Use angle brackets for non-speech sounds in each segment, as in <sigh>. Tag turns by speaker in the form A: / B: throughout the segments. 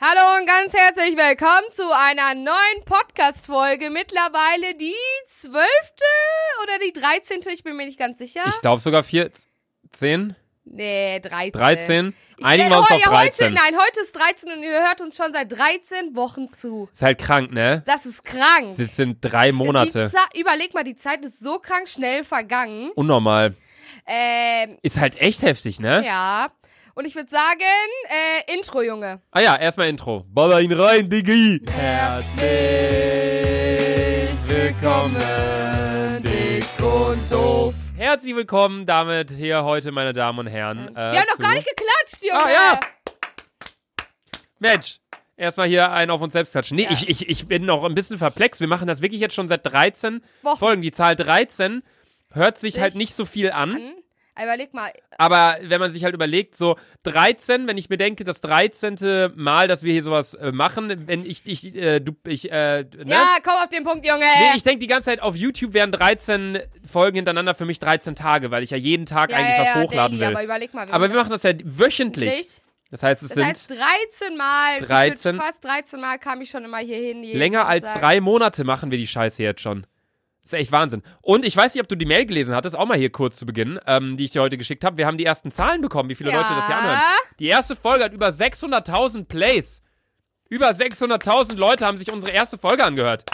A: Hallo und ganz herzlich willkommen zu einer neuen Podcast-Folge. Mittlerweile die zwölfte oder die dreizehnte, ich bin mir nicht ganz sicher.
B: Ich glaube sogar 14,
A: nee, 13.
B: 13.
A: Ich,
B: Einigen
A: äh,
B: wir uns
A: heu-
B: auf
A: ja,
B: 13.
A: Heute, nein, heute ist 13 und ihr hört uns schon seit 13 Wochen zu.
B: Ist halt krank, ne?
A: Das ist krank.
B: Das sind
A: Die
B: drei Monate.
A: Za- Überleg mal, die Zeit ist so krank schnell vergangen.
B: Unnormal.
A: Ähm,
B: Ist halt echt heftig, ne?
A: ja. Und ich würde sagen, äh, Intro, Junge.
B: Ah ja, erstmal Intro. Baller ihn rein, Diggi. Herzlich
A: willkommen, dick und doof.
B: Herzlich willkommen damit hier heute, meine Damen und Herren. Äh,
A: Wir haben noch
B: zu-
A: gar nicht geklatscht, Junge.
B: Ah, ja. Mensch, erstmal hier einen auf uns selbst klatschen. Nee, ich, ich, ich bin noch ein bisschen verplext. Wir machen das wirklich jetzt schon seit 13
A: Wochen.
B: Folgen. Die Zahl 13 hört sich halt
A: Sich
B: nicht so viel an.
A: An. Ah, Überleg mal,
B: Aber wenn man sich halt überlegt, so 13, wenn ich mir denke, das 13. Mal, dass wir hier sowas äh, machen, wenn ich, ich, äh, du, ich, äh, ne?
A: Ja, komm auf den Punkt, Junge.
B: Nee, ich denke die ganze Zeit, auf YouTube wären 13 Folgen hintereinander für mich 13 Tage, weil ich ja jeden Tag
A: ja,
B: eigentlich
A: ja, E
B: was
A: ja,
B: hochladen
A: daily,
B: will.
A: Aber überleg mal.
B: Aber wir machen das ja wöchentlich.
A: nicht.
B: Das heißt, es
A: Das
B: sind
A: heißt, 13 Mal, gefühlt
B: 13
A: fast 13 Mal kam ich schon immer hier hin. jeden
B: länger als
A: Samstag.
B: drei Monate machen wir die Scheiße jetzt schon. Das ist echt Wahnsinn. Und ich weiß nicht, ob du die Mail gelesen hattest, auch mal hier kurz zu Beginn, ähm, die ich dir heute geschickt habe. Wir haben die ersten Zahlen bekommen, wie viele
A: Ja.
B: Leute das hier anhören. Die erste Folge hat über 600.000 Plays. Über 600.000 Leute haben sich unsere erste Folge angehört.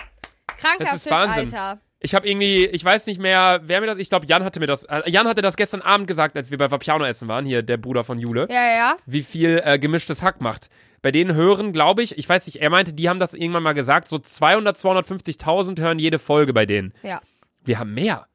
A: Kranker
B: Das ist
A: Shit,
B: Wahnsinn.
A: Alter.
B: Ich habe irgendwie, ich weiß nicht mehr, wer mir das, ich glaube, Jan hatte mir das, äh, Jan hatte das gestern Abend gesagt, als wir bei Vapiano essen waren, hier der Bruder von Jule,
A: Ja, ja, ja.
B: wie viel äh, gemischtes Hack macht. Bei denen hören, glaube ich, ich weiß nicht, er meinte, die haben das irgendwann mal gesagt, so 200, 250.000 hören jede Folge bei denen.
A: Ja.
B: Wir haben mehr.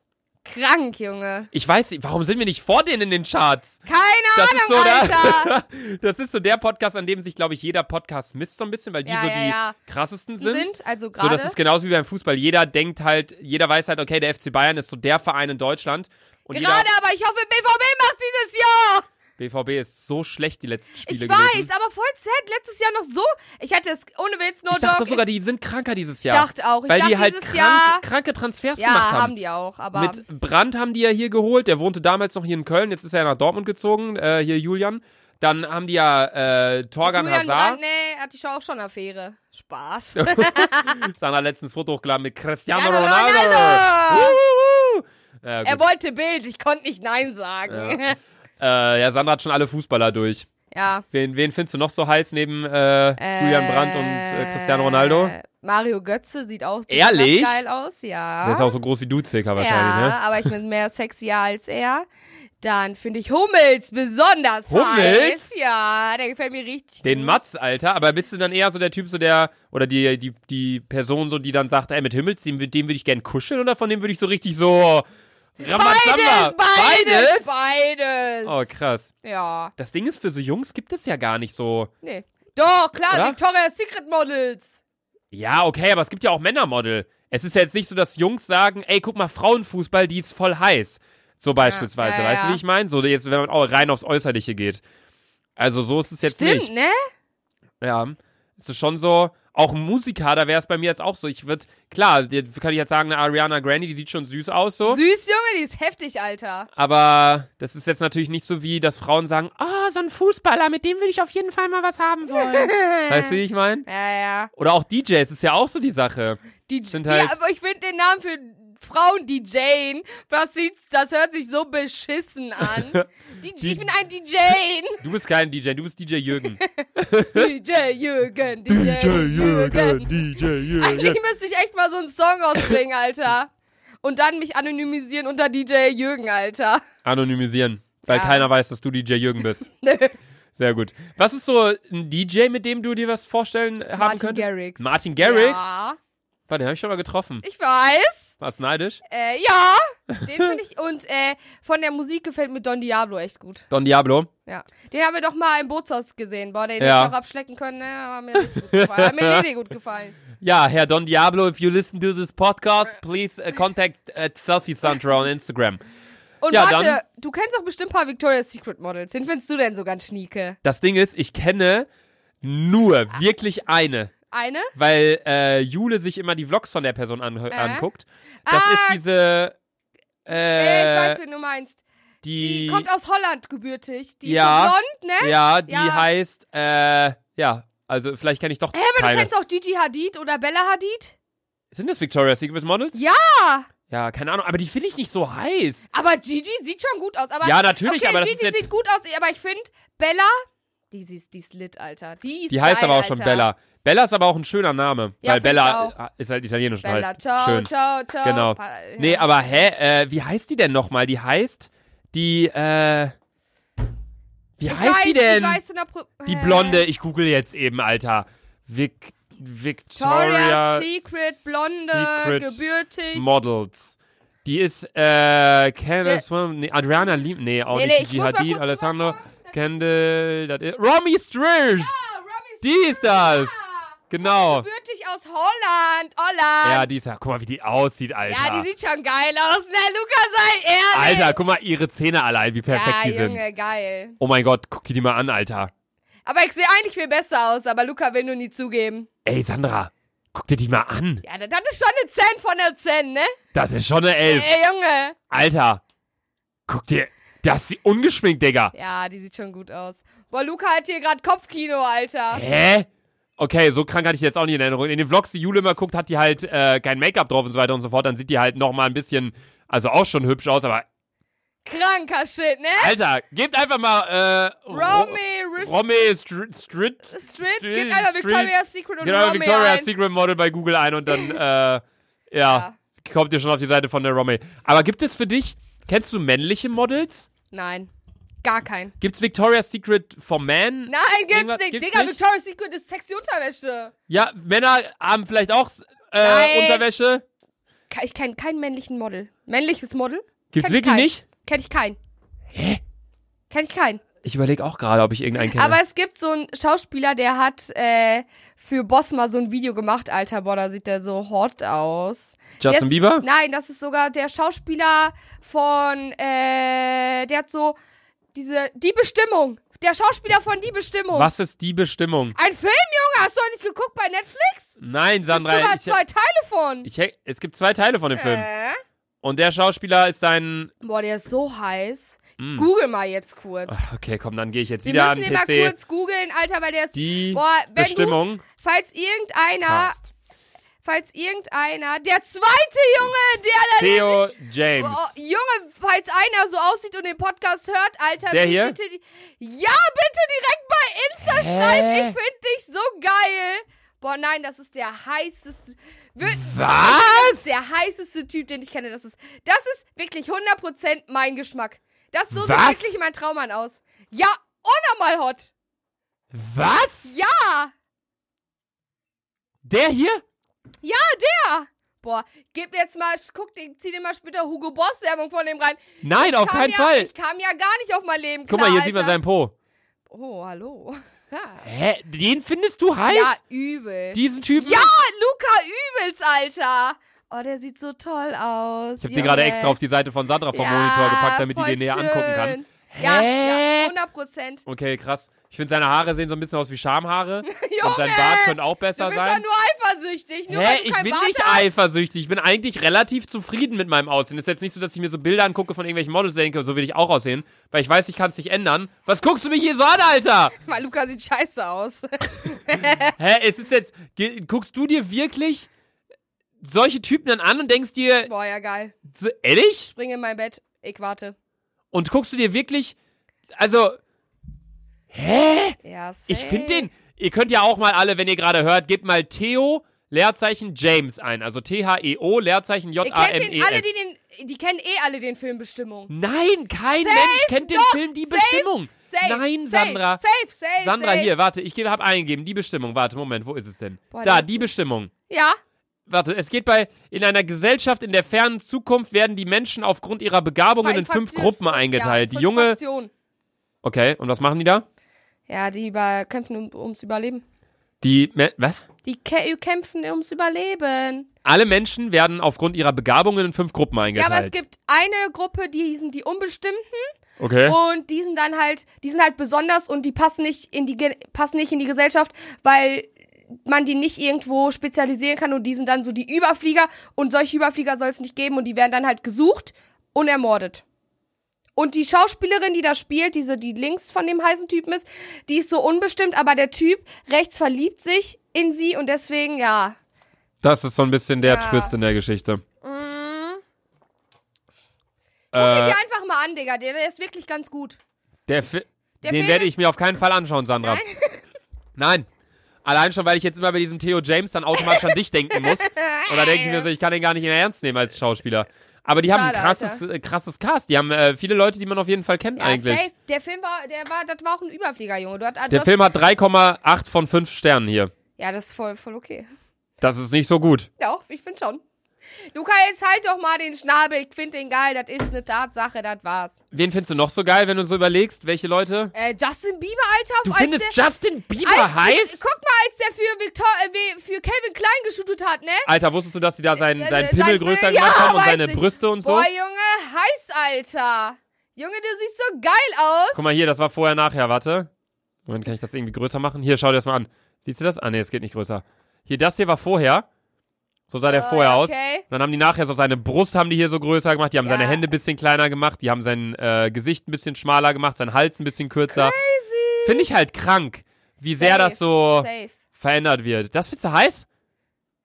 A: Krank, Junge.
B: Ich weiß nicht, warum sind wir nicht vor denen in den Charts?
A: Keine
B: Das
A: Ahnung,
B: ist so
A: Alter.
B: der, das ist so der Podcast, an dem sich, glaube ich, jeder Podcast misst so ein bisschen, weil die
A: Ja,
B: so
A: ja,
B: die
A: ja.
B: krassesten
A: sind,
B: <laughs> sind.
A: also
B: So,
A: gerade.
B: das ist genauso wie beim Fußball. Jeder denkt halt, jeder weiß halt, okay, der FC Bayern ist so der Verein in Deutschland. Und
A: gerade, aber ich hoffe, BVB macht's dieses Jahr.
B: jeder BVB ist so schlecht die letzten Spiele
A: Ich
B: gewesen.
A: weiß, aber voll sad. Letztes Jahr noch so. Ich hatte es ohne Witz, no
B: Ich dachte
A: joke.
B: sogar, die sind kranker dieses
A: ich
B: Jahr.
A: dachte auch. Ich
B: weil
A: dachte
B: die halt
A: dieses
B: krank,
A: Jahr.
B: kranke Transfers
A: Ja,
B: gemacht
A: haben.
B: haben.
A: die auch, aber.
B: Mit Brandt haben die ja hier geholt. Der wohnte damals noch hier in Köln. Jetzt ist er nach Dortmund gezogen, äh, hier Julian. Dann haben die ja äh, Torgan
A: Julian
B: Hazard.
A: Brandt, nee, hatte ich schon auch schon eine Affäre.
B: <laughs>
A: Spaß.
B: Sandra letztens Foto hochgeladen mit Cristiano
A: ne? Cristiano
B: Ronaldo.
A: Ronaldo.
B: Wuhu. Ja, gut.
A: Er wollte Bild, ich konnte nicht Nein sagen. Ja.
B: Äh, ja, Sandra hat schon alle Fußballer durch.
A: <laughs>
B: Wen, wen findest du noch so heiß neben äh, Julian Brandt und äh, Cristiano Ronaldo?
A: Mario Götze sieht auch
B: Ehrlich?
A: besonders geil aus, ja.
B: Der ist auch so groß wie Duziker
A: ja,
B: wahrscheinlich, ne?
A: aber ich bin mehr sexier als er. Dann finde ich Hummels besonders
B: Hummels?
A: heiß. Ja, der gefällt mir richtig.
B: ne? Den
A: gut.
B: Matz, Alter. Aber bist du dann eher so der Typ, so der, oder die, die, die Person, so, die dann sagt, ey, mit Himmels, dem, mit dem würde ich gern kuscheln oder von dem würde ich so richtig so. Ramazamba?
A: Beides, beides, beides.
B: Oh, krass.
A: Ja,
B: Das Ding ist, für so Jungs gibt es ja gar nicht so.
A: nee. Doch, klar,
B: Oder?
A: Victoria's Secret Models.
B: Ja, okay, aber es gibt ja auch Männermodel. Es ist ja jetzt nicht so, dass Jungs sagen, ey, guck mal, Frauenfußball, die ist voll heiß. So beispielsweise,
A: ja,
B: weißt du,
A: ja.
B: wie ich meine? So jetzt, wenn man auch rein aufs Äußerliche geht. Also so ist es jetzt
A: Stimmt,
B: nicht.
A: ne?
B: Ja, es ist schon so, auch Musiker, da wäre es bei mir jetzt auch so. Ich würde, klar, dir kann ich jetzt sagen, eine Ariana Grande, die sieht schon süß aus so.
A: Süß, Junge, die ist heftig, Alter.
B: aber das ist jetzt natürlich nicht so wie, dass Frauen sagen, ah, so ein Fußballer, mit dem würde ich auf jeden Fall mal was
A: <laughs>
B: haben wollen. weißt du, wie ich meine?
A: Ja, ja.
B: Oder auch DJs, ist ja auch so die Sache.
A: Die,
B: Sind halt-
A: ja, aber ich finde den Namen für Frauen DJ, das, sieht, das hört sich so beschissen an.
B: <laughs>
A: DJ, ich bin ein DJ.
B: Du bist kein DJ, du bist
A: <laughs>
B: DJ Jürgen.
A: DJ Jürgen, DJ, Jürgen.
B: DJ
A: <laughs> Eigentlich müsste ich echt mal so einen Song rausbringen, Alter. Und dann mich anonymisieren unter DJ Jürgen, Alter.
B: Anonymisieren, weil
A: Ja.
B: keiner weiß, dass du DJ Jürgen
A: <laughs>
B: bist.
A: Nö.
B: Sehr gut. Was ist so ein DJ, mit dem du dir was vorstellen äh, haben
A: Martin
B: könntest?
A: Garrix.
B: Martin Garrix?
A: Ja,
B: Warte, den habe ich schon mal getroffen.
A: ich weiß.
B: Warst du neidisch?
A: Äh, ja, den finde ich. Und äh, von der Musik gefällt mir Don Diablo echt gut.
B: Don Diablo.
A: Ja. Den haben wir doch mal im Bootshaus gesehen. Boah, den
B: Ja.
A: hätte ich auch abschlecken können. Ne? Hat mir richtig gut gefallen. Hat mir richtig gut gefallen.
B: Ja, Herr Don Diablo, if you listen to this podcast, please uh, contact at Selfie Sandra on Instagram.
A: Und
B: Ja,
A: warte,
B: dann-
A: du kennst doch bestimmt ein paar Victoria's Secret Models. Den findest du denn so ganz schnieke?
B: Das Ding ist, ich kenne nur wirklich eine,
A: Eine?
B: weil äh, Jule sich immer die Vlogs von der Person an anguckt. Das ist
A: Äh? Ah.
B: diese.
A: Äh, ich
B: Äh,
A: weiß, wen du meinst. Die,
B: die,
A: kommt aus Holland gebürtig. Die
B: Ja.
A: ist so blond, ne?
B: Ja, die
A: Ja.
B: heißt, äh, ja, Also vielleicht kenne ich doch
A: Hä, aber du
B: keine.
A: kennst auch Gigi Hadid oder Bella Hadid?
B: Sind das Victoria's Secret Models?
A: Ja!
B: Ja, keine Ahnung, aber die finde ich nicht so heiß.
A: Aber Gigi sieht schon gut aus. Aber
B: Ja, natürlich,
A: okay,
B: aber das
A: Gigi
B: ist jetzt-
A: sieht gut aus, aber ich finde, Bella, die, sie ist, die ist lit, Alter. Die, ist
B: Die heißt
A: geil,
B: aber auch schon
A: Alter.
B: Bella. Bella ist aber auch ein schöner Name,
A: Ja,
B: weil
A: find ich
B: Bella ist halt italienisch und
A: Bella,
B: heißt
A: ciao,
B: schön.
A: ciao, ciao.
B: Genau.
A: Pa- ja.
B: Nee, aber hä, äh, wie heißt die denn nochmal? Die heißt die, äh, wie
A: ich
B: heißt
A: weiß,
B: die denn?
A: Ich weiß, in der Pro
B: Die
A: Hä?
B: blonde, ich google jetzt eben, Alter. Vic, Victoria
A: Victoria's Secret, blonde,
B: Secret
A: gebürtig.
B: Models. Die ist, äh, Candace, nee, Adriana Lim, nee, auch
A: Nee, nee,
B: nicht.
A: ich
B: Gigi
A: muss mal
B: Hadid,
A: kurz
B: Alessandro,
A: rüberfahren, dann ist-
B: Kendall, das ist, Romy Stritch!
A: Ah, Robbie
B: Die ist das!
A: Star,
B: Genau.
A: gebürtig aus Holland. Holland.
B: Ja, die ist ja, guck mal, wie die aussieht, Alter.
A: Ja, die sieht schon geil aus. Na, Luca, sei ehrlich.
B: Alter, guck mal, ihre Zähne allein, wie perfekt
A: ja,
B: die
A: Junge,
B: sind.
A: geil.
B: Oh mein Gott, guck dir die mal an, Alter.
A: Aber ich sehe eigentlich viel besser aus, aber Luca will nur nie zugeben.
B: Ey, Sandra, guck dir die mal an.
A: Ja, das das ist schon eine 10 von der 10, ne?
B: Das ist schon eine Elf.
A: Ey, Junge.
B: Alter, guck dir, das ist sie ungeschminkt, Digga.
A: Ja, die sieht schon gut aus. Boah, Luca hat hier gerade Kopfkino, Alter.
B: Hä? Okay, so krank hatte ich die jetzt auch nicht in Erinnerung. In den Vlogs, die Jule immer guckt, hat die halt äh, kein Make-up drauf und so weiter und so fort. Dann sieht die halt nochmal ein bisschen, also auch schon hübsch aus, aber
A: Kranker Shit, ne?
B: Alter, gebt einfach mal äh,
A: Romy, Riss-
B: Romy Str- Strit.
A: Street,
B: Stri-
A: gib einfach
B: Street-
A: Victoria's Secret und
B: Genau,
A: Romy
B: Victoria's
A: ein.
B: Secret Model bei Google ein und
A: <laughs>
B: dann, äh, ja,
A: Ja.
B: kommt ihr schon auf die Seite von der Romy. Aber gibt es für dich, kennst du männliche Models?
A: Nein, gar kein.
B: Gibt's Victoria's Secret for Men?
A: Nein, gibt's
B: Irgendwas
A: nicht.
B: gibt's
A: Digga,
B: nicht?
A: Victoria's Secret ist sexy Unterwäsche.
B: Ja, Männer haben vielleicht auch äh,
A: Nein.
B: Unterwäsche.
A: Ke- Ich kenne keinen männlichen Model. Männliches Model?
B: Gibt's
A: Kenn ich
B: wirklich
A: keinen.
B: nicht?
A: Kenn ich keinen. Hä? Kenn ich keinen.
B: Ich überlege auch gerade, ob ich irgendeinen kenne.
A: Aber es gibt so einen Schauspieler, der hat äh, für Boss mal so ein Video gemacht, Alter. Boah, da sieht der so hot aus. Der
B: Justin
A: ist,
B: Bieber?
A: Nein, das ist sogar der Schauspieler von, äh, der hat so diese, die Bestimmung. Der Schauspieler von Die Bestimmung.
B: Was ist die Bestimmung?
A: Ein Film, Junge? Hast du doch nicht geguckt bei Netflix?
B: Nein,
A: Sogar
B: Sandra, ich,
A: zwei Teile von.
B: ich, hä- es gibt zwei Teile von dem Film.
A: Äh?
B: Und der Schauspieler ist ein...
A: Boah, der ist so heiß.
B: Mm.
A: Google mal jetzt kurz.
B: Ach, Okay, komm, dann gehe ich jetzt
A: Wir
B: wieder an
A: müssen
B: den
A: den mal
B: PC.
A: kurz googeln, Alter, weil der ist.
B: Die
A: Boah, wenn
B: Bestimmung.
A: Du, falls irgendeiner,
B: passt.
A: falls irgendeiner, der zweite Junge, der da.
B: Theo James.
A: Oh, Junge, falls einer so aussieht und den Podcast hört, Alter,
B: Der hier?
A: bitte. die- Ja, bitte direkt bei Insta
B: Hä?
A: schreiben. Ich finde dich so geil. Boah, nein, das ist der heißeste. Wir-
B: Was?
A: Das ist der heißeste Typ, den ich kenne. Das ist, das ist wirklich 100% mein Geschmack. Das so
B: Was?
A: sieht wirklich mein Traummann aus. Ja, unnormal hot.
B: Was?
A: Ja,
B: Der hier?
A: ja, der. Boah, gib mir jetzt mal, guck, den- zieh dir mal später Hugo Boss Werbung von dem rein.
B: Nein, auf
A: Kam
B: keinen
A: ja,
B: Fall.
A: Ich kam ja gar nicht auf mein Leben
B: Guck
A: klar,
B: mal, hier
A: Alter.
B: sieht man seinen Po.
A: Oh, hallo.
B: Hä? Den findest du heiß?
A: Ja, übel.
B: Diesen Typen?
A: ja, Luca, übelst, Alter. Oh, der sieht so toll aus.
B: Ich hab den gerade
A: Junge.
B: extra auf die Seite von Sandra vom
A: ja,
B: Monitor gepackt, damit die
A: voll
B: den näher
A: schön.
B: angucken kann.
A: Ja,
B: Hä?
A: ja, 100 Prozent.
B: Okay, krass. Ich finde, seine Haare sehen so ein bisschen aus
A: <laughs>
B: wie Schamhaare.
A: Junge,
B: Und sein Bart könnte auch
A: du
B: besser
A: bist doch
B: sein.
A: nur eifersüchtig. Nur
B: Hä?
A: weil du
B: Ich
A: kein
B: bin
A: Bart
B: nicht
A: hast.
B: eifersüchtig. Ich bin eigentlich relativ zufrieden mit meinem Aussehen. Ist jetzt nicht so, dass ich mir so Bilder angucke von irgendwelchen Models denke, so will ich auch aussehen. Weil ich weiß, ich kann es nicht ändern. Was guckst du mich hier so an, Alter?
A: Weil Luca sieht scheiße aus. <laughs>
B: Hä, es ist jetzt. ge- Guckst du dir wirklich solche Typen dann an und denkst dir,
A: Boah, ja, geil.
B: so, ehrlich?
A: Spring in mein Bett. Ich warte.
B: Und guckst du dir wirklich. Also. Hä?
A: Ja, safe.
B: Ich finde den. Ihr könnt ja auch mal alle, wenn ihr gerade hört, gebt mal Theo Leerzeichen James ein. Also T-H-E-O Leerzeichen
A: Ihr kennt
B: E
A: den alle,
B: J-A-M-E-S.
A: die den. Die kennen eh alle den Film Bestimmung.
B: Nein, kein
A: Safe
B: Mensch kennt den
A: doch,
B: Film Die
A: safe,
B: Bestimmung.
A: Safe.
B: Nein,
A: safe,
B: Sandra.
A: Safe, safe.
B: Sandra,
A: safe.
B: hier, warte, ich ge- hab eingegeben. Die Bestimmung, warte, Moment, wo ist es denn?
A: Boah,
B: da,
A: der-
B: die Bestimmung.
A: Ja.
B: Warte, es geht bei, in einer Gesellschaft in der fernen Zukunft werden die Menschen aufgrund ihrer Begabungen in fünf
A: Fraktion-
B: Gruppen
A: ja,
B: eingeteilt. die
A: fünf
B: Junge.
A: Fraktionen.
B: Okay, und was machen die da?
A: Ja, die über kämpfen um, ums Überleben.
B: Die. Me- Was?
A: Die kä kämpfen ums Überleben.
B: Alle Menschen werden aufgrund ihrer Begabungen in fünf Gruppen
A: Ja,
B: eingeteilt.
A: aber es gibt eine Gruppe, die hießen die Unbestimmten.
B: Okay.
A: Und die sind dann halt, die sind halt besonders und die passen nicht in die Ge- passen nicht in die Gesellschaft, weil man die nicht irgendwo spezialisieren kann und die sind dann so die Überflieger und solche Überflieger soll es nicht geben und die werden dann halt gesucht und ermordet. Und die Schauspielerin, die da spielt, diese, die links von dem heißen Typen ist, die ist so unbestimmt, aber der Typ rechts verliebt sich in sie und deswegen, ja.
B: Das ist so ein bisschen der
A: Ja.
B: Twist in der Geschichte.
A: Mhm. Guck ihn
B: Äh,
A: dir einfach mal an, Digga. Der, der ist wirklich ganz gut.
B: der Fi
A: der
B: den
A: Film
B: werde
A: ist-
B: ich mir auf keinen Fall anschauen, Sandra.
A: Nein.
B: <laughs> Nein. Allein schon, weil ich jetzt immer bei diesem Theo James dann automatisch an dich
A: <laughs>
B: denken muss. Und da denke ich mir so, ich kann den gar nicht mehr ernst nehmen als Schauspieler. Aber die haben ein
A: Schade,
B: krasses, äh, krasses Cast. Die haben äh, viele Leute, die man auf jeden Fall kennt
A: Ja,
B: eigentlich.
A: safe. Der Film war, der war, das war auch ein Überflieger, Junge. Du, hat, du
B: Der
A: hast,
B: Film hat 3,8 von 5 Sternen hier.
A: Ja, das ist voll, voll okay.
B: Das ist nicht so gut.
A: Ja, auch, ich finde schon. Luca, jetzt halt doch mal den Schnabel. Ich finde den geil. Das ist eine Tatsache. Das war's.
B: Wen findest du noch so geil, wenn du so überlegst, welche Leute?
A: Äh, Justin Bieber, Alter.
B: Du
A: als
B: findest
A: der,
B: Justin Bieber
A: als
B: heiß?
A: guck mal, als der für, Victor, äh, we- für Calvin Klein geshootet hat, ne?
B: Alter, wusstest du, dass die da seinen,
A: Äh,
B: seinen
A: äh,
B: Pimmel
A: sein
B: größer
A: Pimmel-
B: gemacht
A: <laughs> ja,
B: haben und
A: weiß
B: seine
A: ich.
B: Brüste und so?
A: Boah, Junge, heiß, Alter. Junge, du siehst so geil aus.
B: Guck mal hier, das war vorher, nachher, warte. Moment, kann ich das irgendwie größer machen? Hier, schau dir das mal an. Siehst du das? Ah, nee, es geht nicht größer. Hier, das hier war vorher. So sah der
A: Oh,
B: vorher
A: ja,
B: aus.
A: okay.
B: Und dann haben die nachher so seine Brust haben die hier so größer gemacht, die haben
A: Ja.
B: seine Hände ein bisschen kleiner gemacht, die haben sein äh, Gesicht ein bisschen schmaler gemacht, seinen Hals ein bisschen kürzer.
A: Crazy.
B: Finde ich halt krank, wie sehr
A: Safe,
B: das so
A: Safe.
B: verändert wird. Das findest du heiß?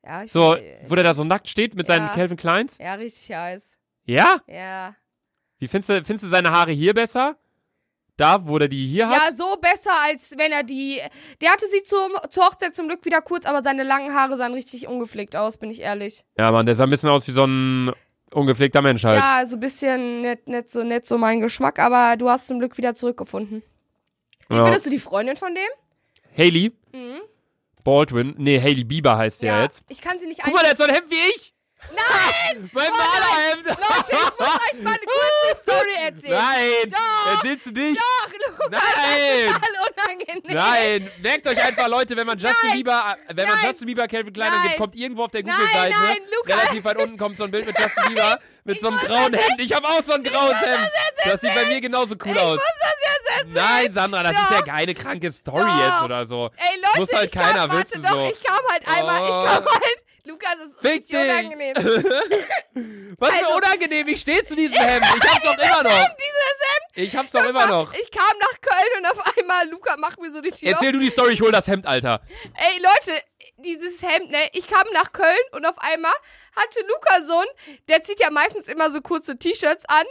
A: Ja, ich
B: So,
A: äh,
B: wo der da so nackt steht mit seinen
A: Ja.
B: Calvin Kleins?
A: ja, richtig heiß.
B: Ja?
A: Ja.
B: Wie findest du, findest du seine Haare hier besser? Da, wo der die hier hat?
A: Ja, so besser, als wenn er die. Der hatte sie zum, zur Hochzeit zum Glück wieder kurz, aber seine langen Haare sahen richtig ungepflegt aus, bin ich ehrlich.
B: Ja, Mann, der sah ein bisschen aus wie so ein ungepflegter Mensch halt.
A: Ja, so ein bisschen nicht, nicht, so, nicht so mein Geschmack, aber du hast zum Glück wieder zurückgefunden. Wie
B: Ja.
A: findest du die Freundin von dem?
B: Hailey
A: Mhm.
B: Baldwin, nee, Hailey Bieber heißt der jetzt.
A: Ich kann sie nicht
B: Guck mal,
A: ein-
B: der hat so ein Hemd wie ich! Nein! <laughs> mein Malerhemd!
A: Leute, ich muss euch mal eine
B: <laughs>
A: kurze Story erzählen.
B: Nein!
A: Doch!
B: Erzählst du dich?
A: Ach, Luca, <laughs>
B: Nein!
A: total unangenehm.
B: Nein! Merkt euch einfach, Leute, wenn man Justin
A: Nein!
B: Bieber, äh, wenn man
A: Nein!
B: Justin Bieber Calvin Klein
A: Nein!
B: angibt, kommt irgendwo auf der
A: Nein,
B: Google-Seite,
A: nein, Luca!
B: relativ weit unten kommt so ein Bild mit Justin
A: <laughs>
B: Bieber mit so einem
A: muss
B: grauen
A: das
B: Hemd. Ich habe auch so ein graues Hemd. Das sieht bei mir genauso cool aus.
A: Was das jetzt?
B: Nein, Sandra, das ist ja
A: Doch.
B: keine kranke Story
A: Doch.
B: jetzt oder so.
A: Ey, Leute,
B: Muss halt
A: ich
B: keiner
A: kam, warte
B: wissen,
A: doch,
B: so.
A: ich kam halt einmal,
B: Oh.
A: ich kam halt. Lukas es ist
B: Fick
A: richtig
B: dich. <laughs>
A: unangenehm.
B: Was für
A: Also-
B: unangenehm, ich stehe zu diesem Hemd. Ich
A: <laughs>
B: hab's doch immer noch.
A: Dieses Hemd.
B: Ich hab's doch immer noch.
A: Ich kam nach Köln und auf einmal Luca macht mir so die Tür. auf.
B: Erzähl du die Story, ich hol das Hemd, Alter.
A: Ey, Leute, dieses Hemd, ne? Ich kam nach Köln und auf einmal hatte Luca so ein, der zieht ja meistens immer so kurze T-Shirts an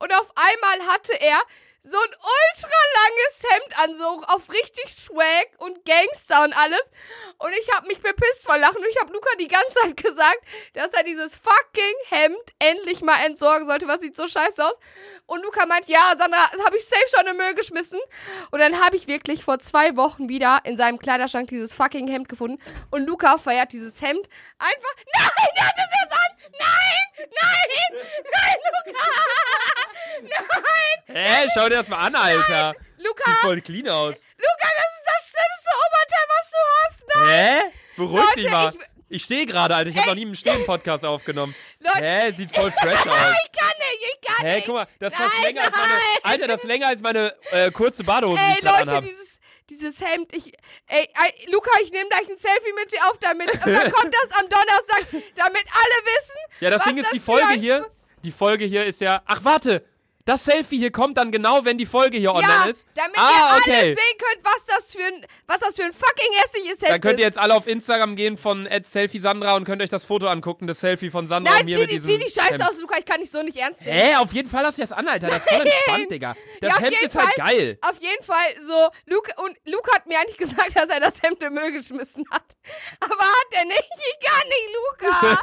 A: und auf einmal hatte er so ein ultralanges Hemd an, so auf richtig Swag und Gangster und alles. Und ich hab mich bepisst vor Lachen und ich hab Luca die ganze Zeit gesagt, dass er dieses fucking Hemd endlich mal entsorgen sollte, was sieht so scheiße aus. Und Luca meint, ja, Sandra, das habe ich safe schon in den Müll geschmissen. Und dann habe ich wirklich vor zwei Wochen wieder in seinem Kleiderschrank dieses fucking Hemd gefunden. Und Luca feiert dieses Hemd einfach. Nein, er hat es jetzt an! Nein! Nein! <laughs> Nein, Luca! Nein!
B: Hä, schau dir das mal an, Alter. Sieht
A: Luca!
B: voll clean aus.
A: Luca, das ist das schlimmste Oberteil, was du hast! Nein!
B: Hä? Beruhig
A: Leute,
B: dich mal.
A: ich-
B: Ich stehe gerade, Alter. Ich habe noch nie einen stehen Podcast aufgenommen.
A: Leute,
B: Hä, sieht
A: <laughs>
B: voll fresh aus.
A: ich kann nicht, ich kann
B: Hä,
A: nicht!
B: guck mal, das ist fast
A: Nein,
B: länger als meine
A: nein.
B: Alter, das ist länger als meine äh, kurze Badehose, die ich
A: Ey,
B: gerade
A: Leute,
B: anhab.
A: dieses, dieses Hemd, ich, ey, ey, Luca, ich nehme gleich ein Selfie mit dir auf damit. Und dann kommt das am Donnerstag, damit alle wissen.
B: Ja, das
A: was
B: Ding ist, die
A: für
B: Folge
A: ein-
B: hier, die Folge hier ist ja, ach warte, das Selfie hier kommt dann genau, wenn die Folge hier online
A: Ja,
B: ist.
A: damit
B: ah,
A: ihr
B: okay.
A: alle sehen könnt, was das für ein, was das für ein fucking hässliches Hemd
B: Dann könnt ihr
A: ist.
B: jetzt alle auf Instagram gehen von Selfie Sandra und könnt euch das Foto angucken, das Selfie von Sandra und
A: Nein,
B: mir
A: zieh
B: mit
A: die,
B: diesem
A: zieh die Scheiße
B: Hemd.
A: aus, Luca, ich kann dich so nicht ernst nehmen.
B: Hä, auf jeden Fall hast du das an, Alter. Das ist voll entspannt, Digga. Das
A: Ja, auf
B: Hemd
A: jeden
B: ist halt
A: Fall.
B: geil.
A: Auf jeden Fall so, Luke, und Luke hat mir eigentlich gesagt, dass er das Hemd im Müll geschmissen hat. Aber hat er nicht, <laughs> ich kann
B: <laughs>
A: nicht,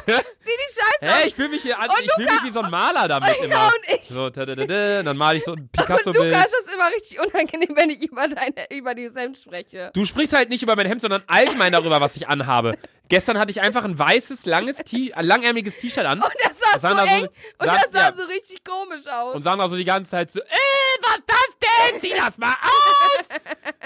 A: Luca. Zieh die Scheiße
B: Hä,
A: aus.
B: ich fühle mich hier an,
A: Und
B: ich fühle mich wie so ein Maler damit
A: und-
B: immer.
A: und ich-
B: So, tadadada, dann male ich so ein
A: <laughs> Und Luca
B: Picasso-Bild.
A: ist das immer richtig unangenehm, wenn ich über deine, über dieses Hemd spreche.
B: Du sprichst halt nicht über mein Hemd, sondern allgemein darüber, was ich anhabe. Gestern hatte ich einfach ein weißes, langes, T äh, langärmiges T-Shirt an.
A: Und das sah
B: Sandra
A: so
B: so-
A: eng und
B: Sand-
A: das sah
B: ja.
A: so richtig komisch aus.
B: Und Sandra so die ganze Zeit so, äh, was ist das denn? Zieh das mal
A: <laughs>
B: aus!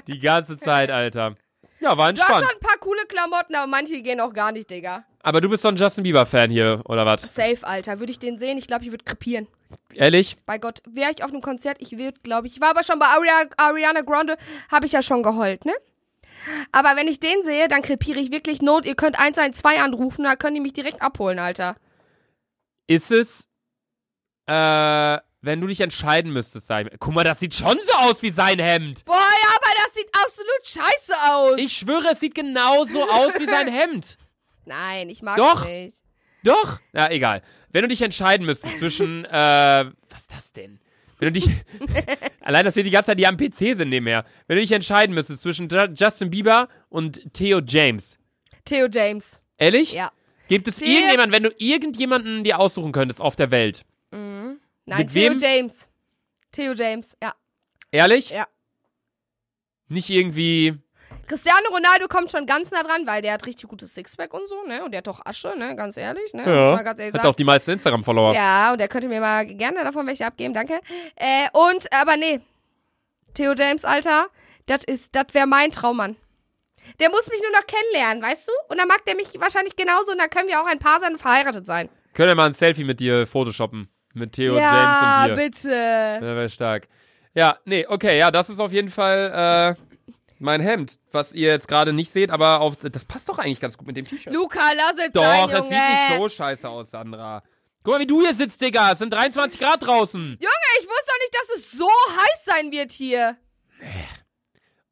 B: Die ganze Zeit, Alter. Ja, war
A: du hast
B: entspannt.
A: schon ein paar coole Klamotten, aber manche gehen auch gar nicht, Digga.
B: Aber du bist so ein Justin Bieber-Fan hier, oder was?
A: Safe, Alter. Würde ich den sehen, ich glaube, ich würde krepieren.
B: Ehrlich?
A: Bei Gott, wäre ich auf einem Konzert, ich würde, glaube ich. Ich war aber schon bei Aria, Ariana Grande, habe ich ja schon geheult, ne? Aber wenn ich den sehe, dann krepiere ich wirklich Not. Ihr könnt 112 anrufen, da können die mich direkt abholen, Alter.
B: Ist es, äh, wenn du dich entscheiden müsstest, sein. Guck mal, das sieht schon so aus wie sein Hemd.
A: Boah, ja, aber das sieht absolut scheiße aus.
B: Ich schwöre, es sieht genauso aus
A: <laughs>
B: wie sein Hemd.
A: Nein, ich mag
B: Doch.
A: nicht.
B: Doch. Na, egal. Wenn du dich entscheiden müsstest zwischen, äh, was ist das denn?
A: <laughs>
B: Wenn du dich, allein, dass wir die ganze Zeit die am PC sind nebenher. Wenn du dich entscheiden müsstest zwischen Ju- Justin Bieber und Theo James.
A: Theo James.
B: Ehrlich?
A: Ja.
B: Gibt es
A: Theo-
B: irgendjemanden, wenn du irgendjemanden dir aussuchen könntest auf der Welt?
A: Nein,
B: Mit
A: Theo
B: wem?
A: James. Theo James, ja.
B: Ehrlich?
A: Ja.
B: Nicht irgendwie.
A: Cristiano Ronaldo kommt schon ganz nah dran, weil der hat richtig gutes Sixpack und so, ne? Und der hat doch Asche, ne? Ganz ehrlich, ne? Muss man ganz ehrlich
B: Hat
A: sagen.
B: auch die meisten Instagram-Follower.
A: Ja, und der könnte mir mal gerne davon welche abgeben, danke. Äh, und, aber nee. Theo James, Alter, das ist, das wäre mein Traummann. Der muss mich nur noch kennenlernen, weißt du? Und dann mag der mich wahrscheinlich genauso und dann können wir auch ein Paar sein und verheiratet sein.
B: Können wir mal ein Selfie mit dir photoshoppen? Mit Theo,
A: ja,
B: James und dir.
A: bitte.
B: Ja, wäre stark. Ja, nee, okay, ja, das ist auf jeden Fall äh, mein Hemd, was ihr jetzt gerade nicht seht, aber auf, das passt doch eigentlich ganz gut mit dem T-Shirt.
A: Luca, lass es sein,
B: Doch,
A: Junge.
B: das sieht nicht so scheiße aus, Sandra. Guck mal, wie du hier sitzt, Digga. Es sind 23 Grad draußen.
A: Junge, ich wusste doch nicht, dass es so heiß sein wird hier.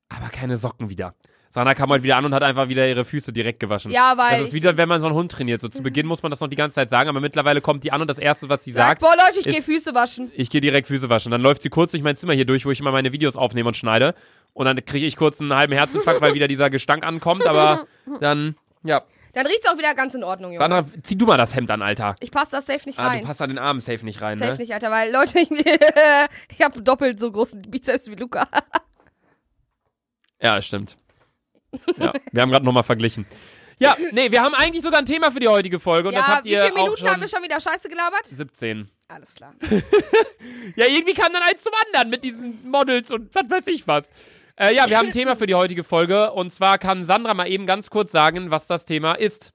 B: Aber keine Socken wieder. Sandra kam heute wieder an und hat einfach wieder ihre Füße direkt gewaschen.
A: Ja, weil
B: Das ist
A: ich- Mhm.
B: wieder, wenn man so einen Hund trainiert. So zu Beginn muss man das noch die ganze Zeit sagen, aber mittlerweile kommt die an und das Erste, was sie
A: Sagt,
B: sagt,
A: boah, Leute, ich
B: ist-
A: gehe Füße waschen.
B: ich gehe direkt Füße waschen. Dann läuft sie kurz durch mein Zimmer hier durch, wo ich immer meine Videos aufnehme und schneide. Und dann kriege ich kurz einen halben Herzinfarkt, weil wieder dieser Gestank ankommt.
A: <laughs>
B: Aber dann, ja.
A: Dann riecht's auch wieder ganz in Ordnung, Junge.
B: Sandra, zieh du mal das Hemd an, Alter.
A: ich passe das safe nicht
B: Ah, du
A: rein.
B: passt an den Armen safe nicht rein,
A: safe
B: ne?
A: nicht, Alter, weil Leute, ich, <laughs> ich habe doppelt so großen Bizeps wie Luca.
B: Ja,
A: <laughs>
B: stimmt. Ja, wir haben gerade nochmal verglichen. Ja, nee, wir haben eigentlich sogar ein Thema für die heutige Folge. Und
A: ja,
B: das habt
A: wie
B: ihr
A: viele
B: auch
A: Minuten
B: schon
A: haben wir schon wieder Scheiße gelabert?
B: 17.
A: Alles klar.
B: Ja, irgendwie kam dann eins zum anderen mit diesen Models und was weiß ich was. Äh, ja, wir haben ein Thema für die heutige Folge. Und zwar kann Sandra mal eben ganz kurz sagen, was das Thema ist.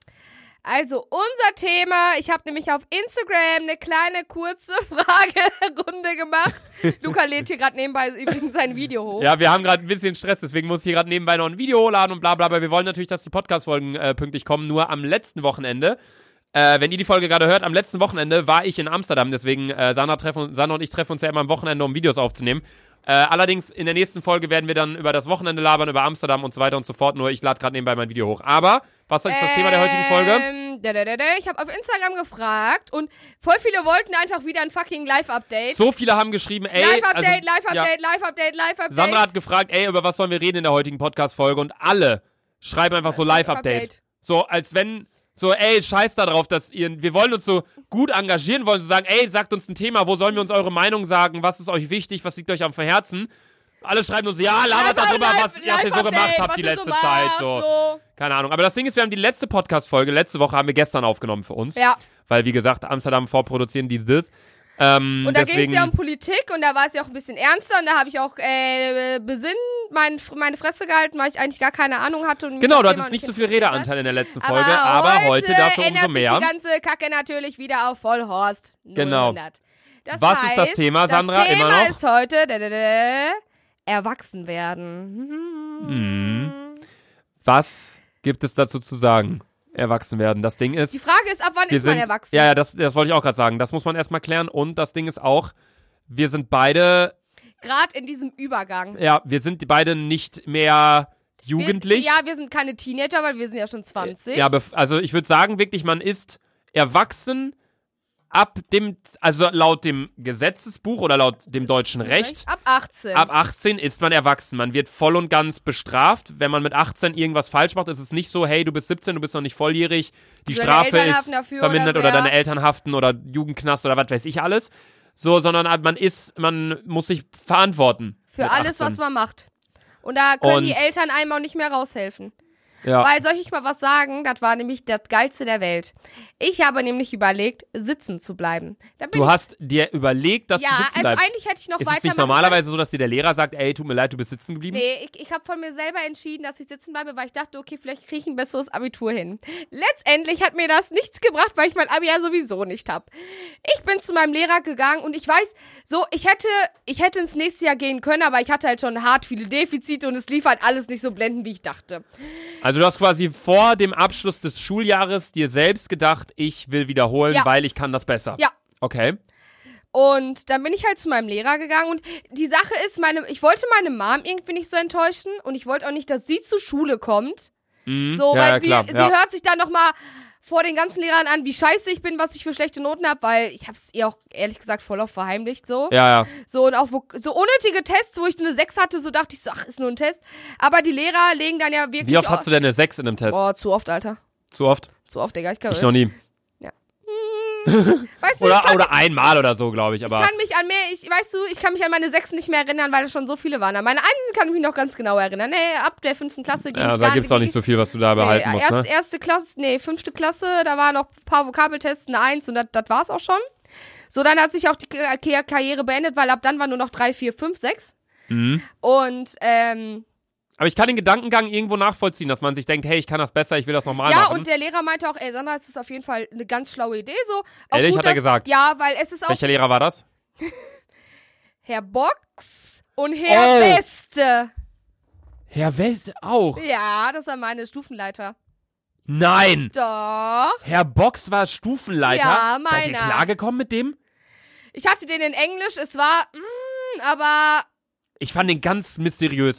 A: Also unser Thema, ich habe nämlich auf Instagram eine kleine kurze <laughs> Fragerunde gemacht. Luca lädt hier gerade nebenbei übrigens sein Video hoch.
B: Oh. Ja, wir haben gerade ein bisschen Stress, deswegen muss ich hier gerade nebenbei noch ein Video hochladen und bla bla, aber wir wollen natürlich, dass die Podcast-Folgen äh, pünktlich kommen, nur am letzten Wochenende. Äh, wenn ihr die Folge gerade hört, am letzten Wochenende war ich in Amsterdam, deswegen äh, Sandra, treffen, Sandra und ich treffen uns ja immer am Wochenende, um Videos aufzunehmen. Äh, allerdings in der nächsten Folge werden wir dann über das Wochenende labern, über Amsterdam und so weiter und so fort, nur ich lade gerade nebenbei mein Video hoch. Aber, was ist das Thema der heutigen Folge?
A: Ähm, da, da, da, da. Ich habe auf Instagram gefragt und voll viele wollten einfach wieder ein fucking Live-Update.
B: So viele haben geschrieben, ey...
A: Live-Update,
B: also, ja.
A: Live-Update, Live-Update, Live-Update.
B: Sandra hat gefragt, ey, über was sollen wir reden in der heutigen Podcast-Folge? Und alle schreiben einfach so Live-Update.
A: Live-Update.
B: So, als wenn, so, ey, scheiß da drauf, dass ihr, wir wollen uns so gut engagieren, wollen so sagen, ey, sagt uns ein Thema, wo sollen wir uns eure Meinung sagen, was ist euch wichtig, was liegt euch am Herzen? Alle schreiben uns, ja, labert
A: Einfach
B: darüber,
A: Live-
B: was, was ihr so
A: Live-Update,
B: gemacht habt
A: was
B: die
A: ihr so
B: letzte
A: macht,
B: Zeit. So.
A: so.
B: Keine Ahnung. Aber das Ding ist, wir haben die letzte Podcast-Folge, letzte Woche haben wir gestern aufgenommen für uns.
A: Ja.
B: Weil, wie gesagt, Amsterdam vorproduzieren, dies, das. Ähm,
A: Und da ging es
B: deswegen,
A: ja um Politik und da war es ja auch ein bisschen ernster und da habe ich auch äh, besinn mein, meine Fresse gehalten, weil ich eigentlich gar keine Ahnung hatte. Und mich
B: Genau,
A: das
B: du
A: Thema
B: hattest nicht so
A: interessiert
B: viel
A: hat.
B: Redeanteil in der letzten Folge, aber, heute, dafür
A: ändert
B: umso mehr.
A: Sich die ganze Kacke natürlich wieder auf Vollhorst. 000.
B: Genau.
A: Das
B: Was
A: heißt,
B: ist das Thema, Sandra?
A: Das Thema
B: Immer noch?
A: ist heute da, da, da, erwachsen werden.
B: Mhm. Was gibt es dazu zu sagen? Erwachsen werden. Das Ding ist,
A: Die Frage ist, ab wann
B: wir
A: ist man
B: sind.
A: erwachsen?
B: Ja, ja, das, das wollte ich auch gerade sagen. Das muss man erstmal klären. Und das Ding ist auch, wir sind beide,
A: Gerade in diesem Übergang.
B: ja, wir sind beide nicht mehr jugendlich.
A: Wir, ja, wir sind keine Teenager, weil wir sind ja schon 20.
B: Ja, bef- also ich würde sagen, wirklich, man ist erwachsen ab dem, also laut dem Gesetzesbuch oder laut dem deutschen Recht.
A: Ab 18.
B: Ab 18 ist man erwachsen. Man wird voll und ganz bestraft. Wenn man mit 18 irgendwas falsch macht, ist es nicht so, hey, du bist 17, du bist noch nicht volljährig. Die
A: Deine
B: Strafe
A: Eltern
B: ist
A: haften dafür
B: vermindert
A: oder
B: oder,
A: so, ja.
B: deine Eltern haften oder Jugendknast oder was weiß ich alles. So, sondern man ist, man muss sich verantworten.
A: Für alles, was man macht. Und da können die
B: Und-
A: Eltern einem auch nicht mehr raushelfen.
B: man. Ja.
A: Weil soll ich mal was sagen? Das war nämlich das Geilste der Welt. Ich habe nämlich überlegt, sitzen zu bleiben. Da bin
B: Du
A: ich,
B: hast dir überlegt, dass
A: ja,
B: du sitzen
A: also
B: bleibst.
A: eigentlich hätte ich noch
B: Ist
A: weiter.
B: es nicht normalerweise so, dass dir der Lehrer sagt, ey, tut mir leid, du bist sitzen geblieben?
A: Nee, ich, ich habe von mir selber entschieden, dass ich sitzen bleibe, weil ich dachte, okay, vielleicht kriege ich ein besseres Abitur hin. Letztendlich hat mir das nichts gebracht, weil ich mein Abi ja sowieso nicht hab. Ich bin zu meinem Lehrer gegangen und ich weiß, so, ich hätte, ich hätte ins nächste Jahr gehen können, aber ich hatte halt schon hart viele Defizite und es lief halt alles nicht so blendend, wie ich dachte.
B: Also du hast quasi vor dem Abschluss des Schuljahres dir selbst gedacht, ich will wiederholen,
A: Ja.
B: weil ich kann das besser.
A: Ja.
B: Okay.
A: Und dann bin ich halt zu meinem Lehrer gegangen und die Sache ist, meine, ich wollte meine Mom irgendwie nicht so enttäuschen und ich wollte auch nicht, dass sie zur Schule kommt.
B: Mhm.
A: So,
B: ja,
A: weil
B: ja,
A: sie,
B: klar.
A: sie
B: ja.
A: hört sich dann nochmal vor den ganzen Lehrern an, wie scheiße ich bin, was ich für schlechte Noten habe, weil ich hab's ihr auch ehrlich gesagt voll auf verheimlicht so.
B: ja, ja.
A: So und auch wo, so unnötige Tests, wo ich eine 6 hatte, so dachte ich so, ach, ist nur ein Test. Aber die Lehrer legen dann ja wirklich
B: Wie oft
A: au-
B: hast du denn eine 6 in einem Test?
A: Boah, zu oft, Alter.
B: Zu oft?
A: Zu oft, Digga. Ich kann
B: Ich noch nie.
A: Weißt du, ich
B: Oder,
A: kann,
B: oder einmal oder so, glaube ich.
A: ich
B: Aber
A: kann mich an mehr, ich weißt du, ich kann mich an meine Sechsen nicht mehr erinnern, weil es schon so viele waren. An meine Einsen kann ich mich noch ganz genau erinnern. Nee, ab der fünften Klasse ging es
B: ja, da gibt es auch nicht so viel, was du da behalten musst.
A: erst,
B: ne?
A: Erste Klasse, nee, fünfte Klasse, da waren noch ein paar Vokabeltests, eine Eins und das das war's auch schon. So, dann hat sich auch die Ka- Ka- Karriere beendet, weil ab dann waren nur noch drei, vier, fünf, sechs.
B: Mhm.
A: Und, ähm,
B: Aber ich kann den Gedankengang irgendwo nachvollziehen, dass man sich denkt, hey, ich kann das besser, ich will das nochmal
A: ja,
B: machen.
A: und der Lehrer meinte auch, ey, Sandra, es ist auf jeden Fall eine ganz schlaue Idee, so. Auch
B: Ehrlich,
A: gut,
B: hat er
A: dass-
B: gesagt?
A: Ja, weil es ist auch
B: Welcher Lehrer war das?
A: Herr Box und Herr
B: Oh.
A: Beste.
B: Herr West auch.
A: Ja, das waren meine Stufenleiter.
B: Nein!
A: Doch.
B: Herr Box war Stufenleiter.
A: Ja,
B: Seid ihr
A: meiner.
B: klargekommen mit dem?
A: Ich hatte den in Englisch, es war, mm, aber
B: Ich fand den ganz mysteriös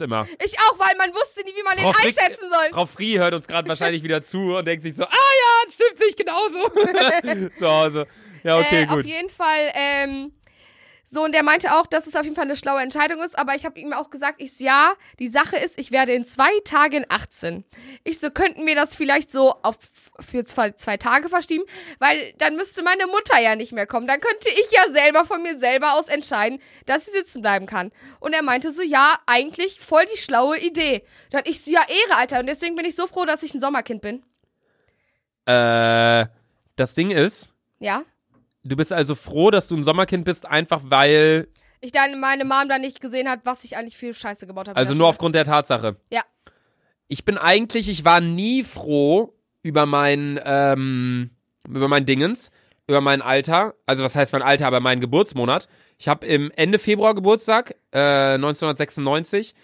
A: <laughs>
B: immer.
A: ich auch, weil man wusste nie, wie man den
B: Frau Frick-
A: einschätzen soll.
B: Frau Frie hört uns gerade wahrscheinlich wieder zu und denkt
A: <laughs>
B: sich so, ah <laughs> ja, das stimmt sich genauso. zu Hause. Ja, okay,
A: äh, Auf
B: gut.
A: jeden Fall, ähm, so, und der meinte auch, dass es auf jeden Fall eine schlaue Entscheidung ist, aber ich habe ihm auch gesagt, ich so, ja, die Sache ist, ich werde in zwei Tagen 18. Ich so, könnten wir das vielleicht so auf für zwei, zwei Tage verschieben, weil dann müsste meine Mutter ja nicht mehr kommen. Dann könnte ich ja selber von mir selber aus entscheiden, dass sie sitzen bleiben kann. Und er meinte so, ja, eigentlich voll die schlaue Idee. Dann ich so, ja, Ehre, Alter. Und deswegen bin ich so froh, dass ich ein Sommerkind bin.
B: Äh, das Ding ist,
A: Ja.
B: du bist also froh, dass du ein Sommerkind bist, einfach weil,
A: Ich dann meine Mom dann nicht gesehen hat, was ich eigentlich viel Scheiße gebaut habe. in
B: also
A: der
B: nur
A: Schule.
B: aufgrund der Tatsache.
A: Ja.
B: Ich bin eigentlich, ich war nie froh über mein, ähm, über mein Dingens, über mein Alter. Also was heißt mein Alter, aber meinen Geburtsmonat. Ich habe im Ende Februar Geburtstag, äh, 1996.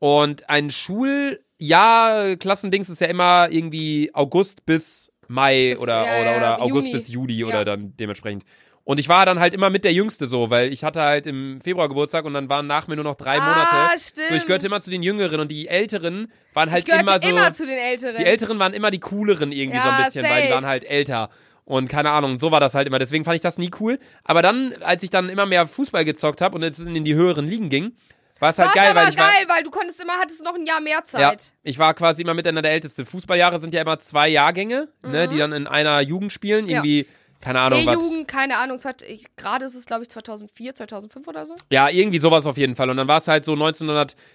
B: Und ein Schuljahr, Klassendings ist ja immer irgendwie August bis Mai
A: Bis,
B: oder,
A: ja,
B: oder,
A: ja,
B: oder
A: Juni.
B: August bis Juli
A: Ja.
B: oder dann dementsprechend. Und ich war dann halt immer mit der Jüngste so, weil ich hatte halt im Februar Geburtstag und dann waren nach mir nur noch drei Monate.
A: Ah, stimmt.
B: So, ich gehörte immer zu den Jüngeren und die Älteren waren
A: Ich
B: halt
A: gehörte
B: immer so.
A: zu den Älteren.
B: die Älteren waren immer die cooleren irgendwie so
A: Ja,
B: ein bisschen, weil die
A: safe.
B: waren halt älter. Und keine Ahnung, so war das halt immer. Deswegen fand ich das nie cool. Aber dann, als ich dann immer mehr Fußball gezockt habe und jetzt in die höheren Ligen ging, war es halt
A: War's
B: geil,
A: aber
B: weil ich war.
A: geil, weil du konntest immer, hattest noch ein Jahr mehr
B: Ja,
A: Zeit.
B: ich war quasi immer miteinander der Älteste. Fußballjahre sind ja immer zwei Jahrgänge, ne, die dann in einer Jugend spielen.
A: Mhm. Ja.
B: Irgendwie, keine Ahnung, was.
A: E-Jugend, keine Ahnung. zweit- ich- Gerade ist es, glaube ich, 2004, 2005 oder so.
B: Ja, irgendwie sowas auf jeden Fall. Und dann war es halt so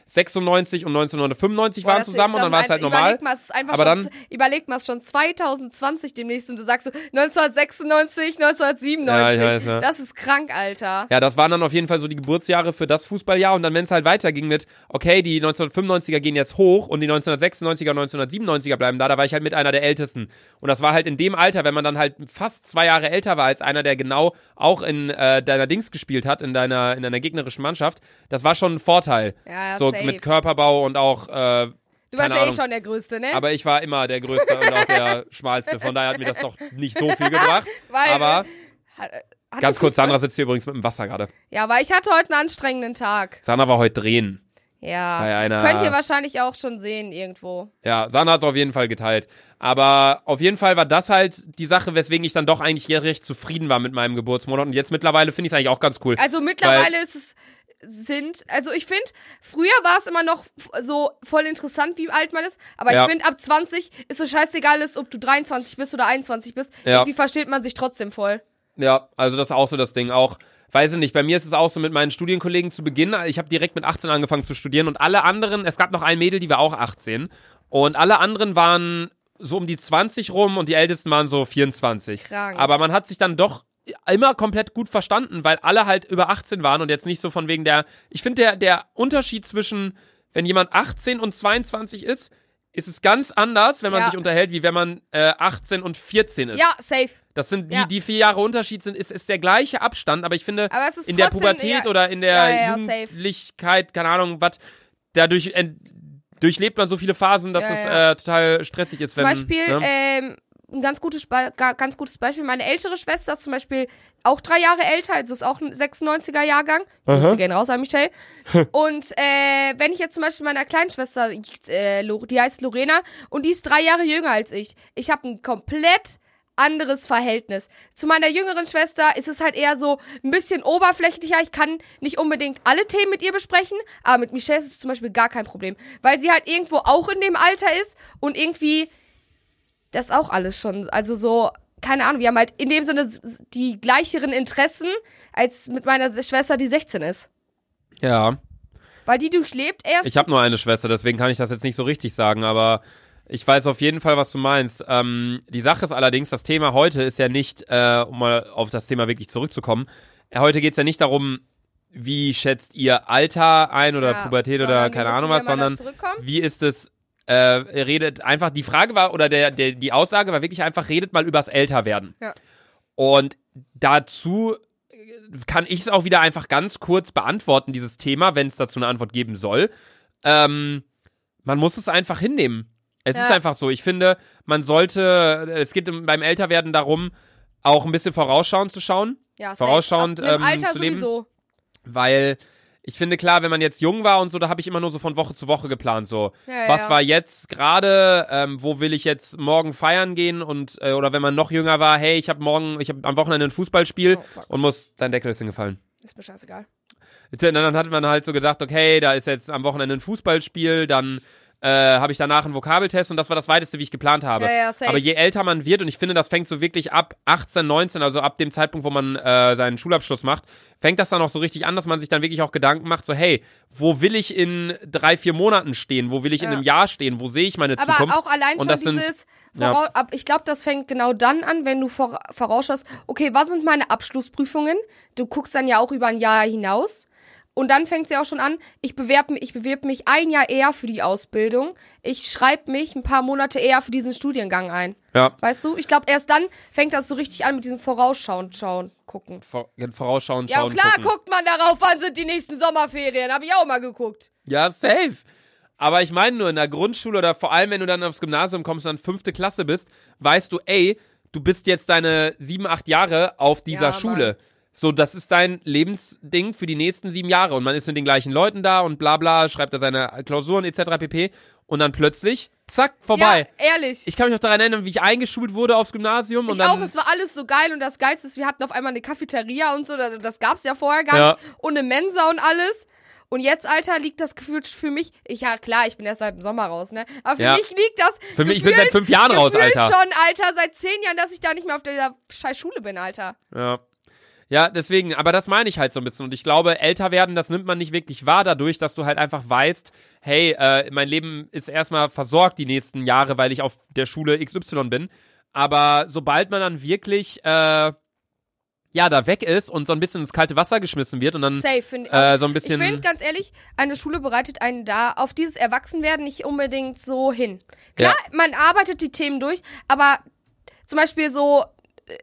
B: 1996 und 1995
A: Boah,
B: waren
A: das-
B: zusammen und
A: das-
B: dann war es halt normal.
A: Überleg mal, es ist einfach
B: Aber
A: schon,
B: dann-
A: überleg mal, es ist schon 2020 demnächst und du sagst so 1996, 1997.
B: Ja, ich weiß, ja.
A: Das ist krank, Alter.
B: Ja, das waren dann auf jeden Fall so die Geburtsjahre für das Fußballjahr. Und dann, wenn es halt weiterging mit, okay, die 1995er gehen jetzt hoch und die 1996er und 1997er bleiben da, da war ich halt mit einer der Ältesten. Und das war halt in dem Alter, wenn man dann halt fast zwei Jahre älter war als einer, der genau auch in äh, deiner Dings gespielt hat, in deiner, in deiner gegnerischen Mannschaft, das war schon ein Vorteil.
A: Ja,
B: so
A: safe.
B: mit Körperbau und
A: <laughs>
B: auch, äh,
A: du warst
B: keine
A: ja eh
B: Ahnung.
A: schon der Größte, ne?
B: aber ich war immer der Größte und auch der Schmalste. Von daher hat mir das doch nicht so viel gebracht.
A: Weil-
B: aber
A: Hat- hat <laughs>
B: ganz
A: das
B: kurz,
A: Fußball-
B: Sandra sitzt hier übrigens mit dem Wasser gerade.
A: Ja, weil ich hatte heute einen anstrengenden Tag.
B: Sandra war heute drehen.
A: Ja.
B: Bei einer-
A: Könnt ihr wahrscheinlich auch schon sehen irgendwo.
B: Ja, Sana hat es auf jeden Fall geteilt. Aber auf jeden Fall war das halt die Sache, weswegen ich dann doch eigentlich recht zufrieden war mit meinem Geburtsmonat. Und jetzt mittlerweile finde ich es eigentlich auch ganz cool.
A: Also mittlerweile ist es sind, also ich finde, früher war es immer noch f- so voll interessant, wie alt man ist, aber
B: Ja.
A: ich finde, ab 20 ist es scheißegal, ist, ob du 23 bist oder 21 bist,
B: Ja.
A: irgendwie versteht man sich trotzdem voll.
B: ja, also das ist auch so das Ding. Auch, weiß ich nicht, bei mir ist es auch so mit meinen Studienkollegen zu Beginn. Ich habe direkt mit 18 angefangen zu studieren und alle anderen, es gab noch ein Mädel, die war auch 18. Und alle anderen waren so um die 20 rum und die Ältesten waren so 24.
A: Krank.
B: Aber man hat sich dann doch immer komplett gut verstanden, weil alle halt über 18 waren und jetzt nicht so von wegen der. Ich finde, der, der Unterschied zwischen, wenn jemand 18 und 22 ist, ist es ganz anders, wenn man
A: Ja.
B: sich unterhält, wie wenn man äh, 18 und 14 ist.
A: Ja, safe.
B: Das sind die,
A: Ja.
B: die vier Jahre Unterschied sind, ist, ist der gleiche Abstand, aber ich finde,
A: Aber es ist
B: in der
A: trotzdem,
B: Pubertät
A: ja,
B: oder in der
A: Ja, ja, ja, safe.
B: Jugendlichkeit, keine Ahnung, was, dadurch ent- durchlebt man so viele Phasen, dass
A: Ja,
B: es
A: ja.
B: äh, total stressig ist,
A: Zum
B: wenn.
A: Beispiel,
B: ne?
A: ähm, ein ganz gutes, Spe- ga- ganz gutes Beispiel. Meine ältere Schwester ist zum Beispiel auch drei Jahre älter, also ist auch ein 96er Jahrgang.
B: Aha.
A: Grüße gehen raus an Michelle. <laughs> und äh, wenn ich jetzt zum Beispiel meiner kleinen Schwester, äh, Lo- die heißt Lorena, und die ist drei Jahre jünger als ich. Ich habe ein komplett anderes Verhältnis. Zu meiner jüngeren Schwester ist es halt eher so ein bisschen oberflächlicher. Ich kann nicht unbedingt alle Themen mit ihr besprechen, aber mit Michelle ist es zum Beispiel gar kein Problem, weil sie halt irgendwo auch in dem Alter ist und irgendwie das auch alles schon. Also so, keine Ahnung, wir haben halt in dem Sinne s- s- die gleicheren Interessen als mit meiner Schwester, die 16 ist.
B: Ja.
A: Weil die durchlebt erst.
B: Ich habe nur eine Schwester, deswegen kann ich das jetzt nicht so richtig sagen, aber ich weiß auf jeden Fall, was du meinst. Ähm, die Sache ist allerdings, das Thema heute ist ja nicht, äh, um mal auf das Thema wirklich zurückzukommen, äh, heute geht es ja nicht darum, wie schätzt ihr Alter ein oder
A: Ja,
B: Pubertät oder
A: sondern
B: keine
A: wir müssen
B: Ahnung was,
A: wieder mal da
B: sondern
A: zurückkommen.
B: wie ist es, äh, ihr redet einfach, die Frage war, oder der, der, die Aussage war wirklich einfach, redet mal übers Älterwerden.
A: Ja.
B: Und dazu äh, kann ich es auch wieder einfach ganz kurz beantworten, dieses Thema, wenn es dazu eine Antwort geben soll. Ähm, man muss es einfach hinnehmen. Es
A: Ja.
B: ist einfach so. Ich finde, man sollte, es geht im- beim Älterwerden darum, auch ein bisschen vorausschauend zu schauen.
A: Ja, safe.
B: vorausschauend,
A: Ab einem
B: ähm,
A: Alter
B: zu leben.
A: sowieso.
B: Weil ich finde, klar, wenn man jetzt jung war und so, da habe ich immer nur so von Woche zu Woche geplant. So,
A: Ja, ja,
B: was
A: ja.
B: war jetzt gerade, ähm, wo will ich jetzt morgen feiern gehen und äh, oder wenn man noch jünger war, hey, ich habe morgen, ich habe am Wochenende ein Fußballspiel
A: Oh, fuck.
B: und muss, dein Deckel ist hingefallen.
A: Ist mir scheißegal.
B: Dann, dann hat man halt so gedacht, okay, da ist jetzt am Wochenende ein Fußballspiel, dann äh, habe ich danach einen Vokabeltest und das war das Weiteste, wie ich geplant habe.
A: Ja, ja, safe.
B: Aber je älter man wird, und ich finde, das fängt so wirklich ab 18, 19, also ab dem Zeitpunkt, wo man äh, seinen Schulabschluss macht, fängt das dann auch so richtig an, dass man sich dann wirklich auch Gedanken macht, so, hey, wo will ich in drei, vier Monaten stehen? Wo will ich in
A: Ja.
B: einem Jahr stehen? Wo sehe ich meine
A: Aber
B: Zukunft?
A: auch allein
B: Und
A: schon
B: das sind-
A: dieses,
B: ja.
A: vorau- ab, ich glaube, das fängt genau dann an, wenn du vor, vorausschaust, okay, was sind meine Abschlussprüfungen? Du guckst dann ja auch über ein Jahr hinaus. Und dann fängt es ja auch schon an, ich bewerbe ich bewerb mich ein Jahr eher für die Ausbildung. Ich schreibe mich ein paar Monate eher für diesen Studiengang ein.
B: ja.
A: Weißt du? Ich glaube, erst dann fängt das so richtig an mit diesem Vorausschauen, schauen, gucken.
B: Vor- Vorausschauen,
A: Ja,
B: schauen,
A: klar
B: gucken.
A: guckt man darauf, wann sind die nächsten Sommerferien. Habe ich auch mal geguckt.
B: Ja, safe. Aber ich meine nur, in der Grundschule oder vor allem, wenn du dann aufs Gymnasium kommst und dann fünfte Klasse bist, weißt du, ey, du bist jetzt deine sieben, acht Jahre auf dieser
A: Ja,
B: Schule. So, das ist dein Lebensding für die nächsten sieben Jahre. Und man ist mit den gleichen Leuten da und bla bla, schreibt da seine Klausuren etc. pp. Und dann plötzlich, zack, vorbei.
A: Ja, ehrlich.
B: Ich kann mich noch daran erinnern, wie ich eingeschult wurde aufs Gymnasium. und
A: Ich
B: dann,
A: auch, es war alles so geil und das Geilste ist, wir hatten auf einmal eine Cafeteria und so, das, das gab's ja vorher gar
B: Ja.
A: nicht. Und eine Mensa und alles. Und jetzt, Alter, liegt das Gefühl für mich, ich, ja klar, ich bin erst seit dem Sommer raus, ne? Aber für
B: Ja.
A: mich liegt das.
B: für mich, ich bin seit
A: gefühlt-
B: fünf Jahren raus,
A: gefühlt
B: Alter.
A: schon, Alter, seit zehn Jahren, dass ich da nicht mehr auf dieser scheiß Schule bin, Alter.
B: Ja. Ja, deswegen, aber das meine ich halt so ein bisschen. Und ich glaube, älter werden, das nimmt man nicht wirklich wahr dadurch, dass du halt einfach weißt, hey, äh, mein Leben ist erstmal versorgt die nächsten Jahre, weil ich auf der Schule XY bin. Aber sobald man dann wirklich, äh, ja, da weg ist und so ein bisschen ins kalte Wasser geschmissen wird und dann
A: Safe, finde ich.
B: äh, so ein
A: Ich
B: bisschen.
A: finde, ganz ehrlich, eine Schule bereitet einen da auf dieses Erwachsenwerden nicht unbedingt so hin. Klar, man arbeitet die Themen durch, aber zum Beispiel so, äh,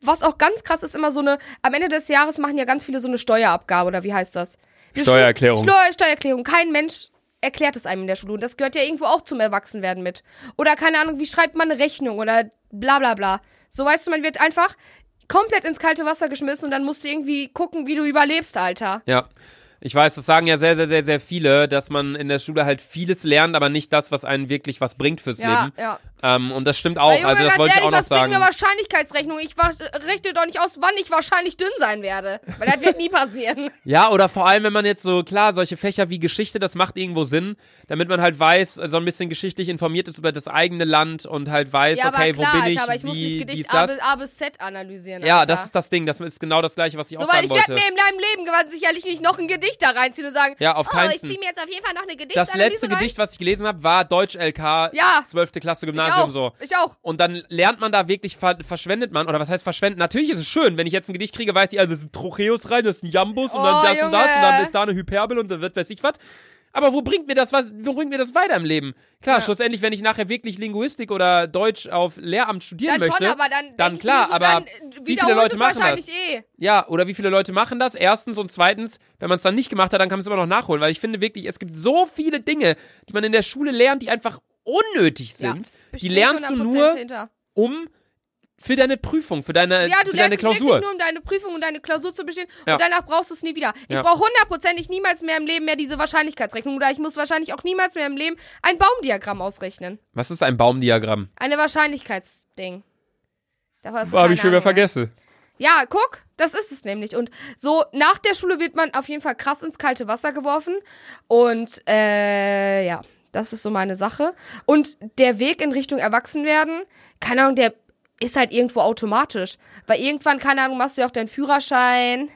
A: was auch ganz krass ist, immer so eine, am Ende des Jahres machen ja ganz viele so eine Steuerabgabe oder wie heißt das? Eine Schu-
B: Steuererklärung.
A: Steu Steuererklärung. Kein Mensch erklärt es einem in der Schule und das gehört ja irgendwo auch zum Erwachsenwerden mit. Oder keine Ahnung, wie schreibt man eine Rechnung oder bla bla bla. So weißt du, man wird einfach komplett ins kalte Wasser geschmissen und dann musst du irgendwie gucken, wie du überlebst, Alter.
B: Ja. Ich weiß, das sagen ja sehr, sehr, sehr, sehr viele, dass man in der Schule halt vieles lernt, aber nicht das, was einen wirklich was bringt fürs
A: Ja,
B: Leben.
A: ja.
B: Ähm, und das stimmt auch.
A: Junge,
B: also, das
A: ganz
B: wollte ich
A: ehrlich,
B: auch noch
A: was
B: sagen.
A: bringt mir Wahrscheinlichkeitsrechnung? Ich wa- rechne doch nicht aus, wann ich wahrscheinlich dünn sein werde. Weil das
B: <laughs>
A: wird nie passieren.
B: Ja, oder vor allem, wenn man jetzt so, klar, solche Fächer wie Geschichte, das macht irgendwo Sinn, damit man halt weiß, so ein bisschen geschichtlich informiert ist über das eigene Land und halt weiß,
A: ja,
B: okay,
A: aber
B: wo
A: klar,
B: bin ich,
A: Alter, aber ich
B: wie,
A: muss nicht
B: wie
A: Gedicht
B: ist
A: A,
B: das?
A: bis- A bis Z analysieren.
B: Ja,
A: Alter.
B: das ist das Ding, das ist genau das gleiche, was ich
A: So,
B: auch sagen
A: weil ich werde
B: wollte.
A: mir in meinem Leben gewandt, sicherlich nicht noch ein Gedicht da reinziehen und sagen,
B: Ja, auf
A: oh,
B: keinen
A: ich ziehe mir jetzt auf jeden Fall noch eine Gedichtanalyse
B: Das letzte
A: rein.
B: Gedicht, was ich gelesen habe, war Deutsch LK,
A: Ja.
B: 12.
A: ich
B: Klasse Gymnasium
A: auch,
B: so.
A: ich auch.
B: Und dann lernt man da wirklich, ver verschwendet man, oder was heißt verschwenden? Natürlich ist es schön, wenn ich jetzt ein Gedicht kriege, weiß ich, also das ist ein Trocheus rein, das ist ein Jambus und
A: Oh,
B: dann das und das
A: Junge.
B: und dann ist da eine Hyperbel und dann wird weiß ich was. Aber wo bringt mir das was, wo bringt mir das weiter im Leben? Klar,
A: Ja.
B: schlussendlich, wenn ich nachher wirklich Linguistik oder Deutsch auf Lehramt studieren
A: Dann
B: möchte,
A: schon, aber dann,
B: dann
A: denk ich
B: klar,
A: mir so,
B: aber
A: dann, äh,
B: wie viele
A: wiederholst
B: Leute
A: es
B: machen
A: wahrscheinlich
B: das?
A: eh.
B: Ja, oder wie viele Leute machen das? Erstens und zweitens, wenn man es dann nicht gemacht hat, dann kann man es immer noch nachholen, weil ich finde wirklich, es gibt so viele Dinge, die man in der Schule lernt, die einfach unnötig
A: Ja,
B: sind.
A: bin
B: die
A: ich
B: lernst du
A: 100%
B: nur,
A: hinter.
B: um für deine Prüfung, äh, für deine,
A: Ja, du
B: für deine
A: lernst es wirklich
B: Klausur.
A: nur, um deine Prüfung und deine Klausur zu bestehen
B: Ja.
A: und danach brauchst du es nie wieder. Ich
B: Ja.
A: brauche hundertprozentig niemals mehr im Leben mehr diese Wahrscheinlichkeitsrechnung oder ich muss wahrscheinlich auch niemals mehr im Leben ein Baumdiagramm ausrechnen.
B: Was ist ein Baumdiagramm?
A: Eine Wahrscheinlichkeitsding. Da hast du
B: Hab
A: keine
B: ich schon
A: Ahnung
B: wieder
A: mehr.
B: vergessen.
A: Ja, guck, das ist es nämlich. Und so nach der Schule wird man auf jeden Fall krass ins kalte Wasser geworfen. Und äh, ja, das ist so meine Sache. Und der Weg in Richtung Erwachsenwerden, keine Ahnung, der ist halt irgendwo automatisch. Weil irgendwann, keine Ahnung, machst du ja auch deinen Führerschein,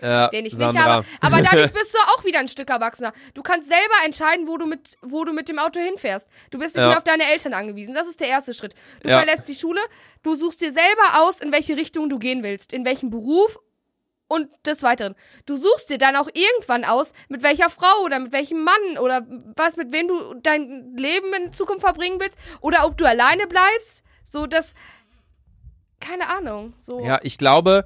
B: Ja,
A: den ich nicht
B: Äh, Sandra.
A: habe. Ah, Aber
B: <laughs>
A: dadurch bist du auch wieder ein Stück Erwachsener. Du kannst selber entscheiden, wo du mit, wo du mit dem Auto hinfährst. Du bist nicht
B: Ja.
A: mehr auf deine Eltern angewiesen. Das ist der erste Schritt. Du
B: Ja.
A: verlässt die Schule, du suchst dir selber aus, in welche Richtung du gehen willst, in welchen Beruf und des Weiteren. Du suchst dir dann auch irgendwann aus, mit welcher Frau oder mit welchem Mann oder was, mit wem du dein Leben in Zukunft verbringen willst oder ob du alleine bleibst. So, das. Keine Ahnung. So.
B: Ja, ich glaube,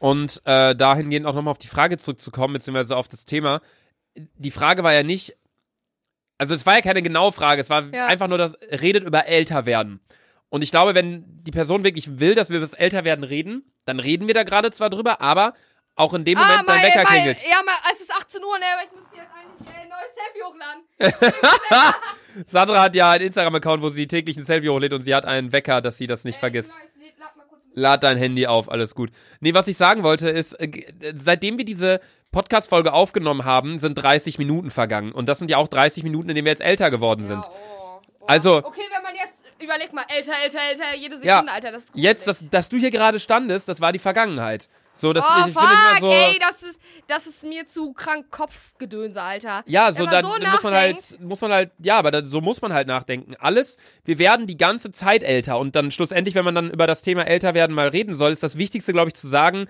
B: und äh, dahingehend auch nochmal auf die Frage zurückzukommen, beziehungsweise auf das Thema. Die Frage war ja nicht, also es war ja keine genaue Frage, es war
A: Ja.
B: einfach nur das, redet über Älterwerden. Und ich glaube, wenn die Person wirklich will, dass wir über das Älterwerden reden, dann reden wir da gerade zwar drüber, aber auch in dem
A: Ah,
B: Moment dein Wecker klingelt.
A: Ja, mein, es ist 18 Uhr, ne, aber ich muss jetzt eigentlich äh, ein neues Selfie hochladen.
B: Sandra hat ja einen Instagram-Account, wo sie täglich ein Selfie hochlädt und sie hat einen Wecker, dass sie das nicht
A: Äh,
B: vergisst.
A: Ich, ich, ich lad mal kurz ein bisschen-
B: Lad dein Handy auf, alles gut. Nee, was ich sagen wollte ist, äh, g- äh, seitdem wir diese Podcast-Folge aufgenommen haben, sind 30 Minuten vergangen. Und das sind ja auch 30 Minuten, in denen wir jetzt älter geworden sind.
A: Ja, oh, boah.
B: Also-
A: Okay, wenn man jetzt, überleg mal, älter, älter, älter, jede
B: Ja,
A: Sekunde, Alter, das ist gruselig.
B: Jetzt, dass, dass du hier gerade standest, das war die Vergangenheit. So, das
A: Oh,
B: ich, ich
A: fuck,
B: finde immer so.
A: ey, das ist, das ist mir zu krank Kopfgedönse, Alter.
B: ja, so
A: wenn man
B: dann
A: so
B: muss man
A: nachdenkt-
B: halt, muss man halt, ja, aber dann, so muss man halt nachdenken. Alles, wir werden die ganze Zeit älter und dann schlussendlich, wenn man dann über das Thema älter werden mal reden soll, ist das Wichtigste, glaube ich, zu sagen,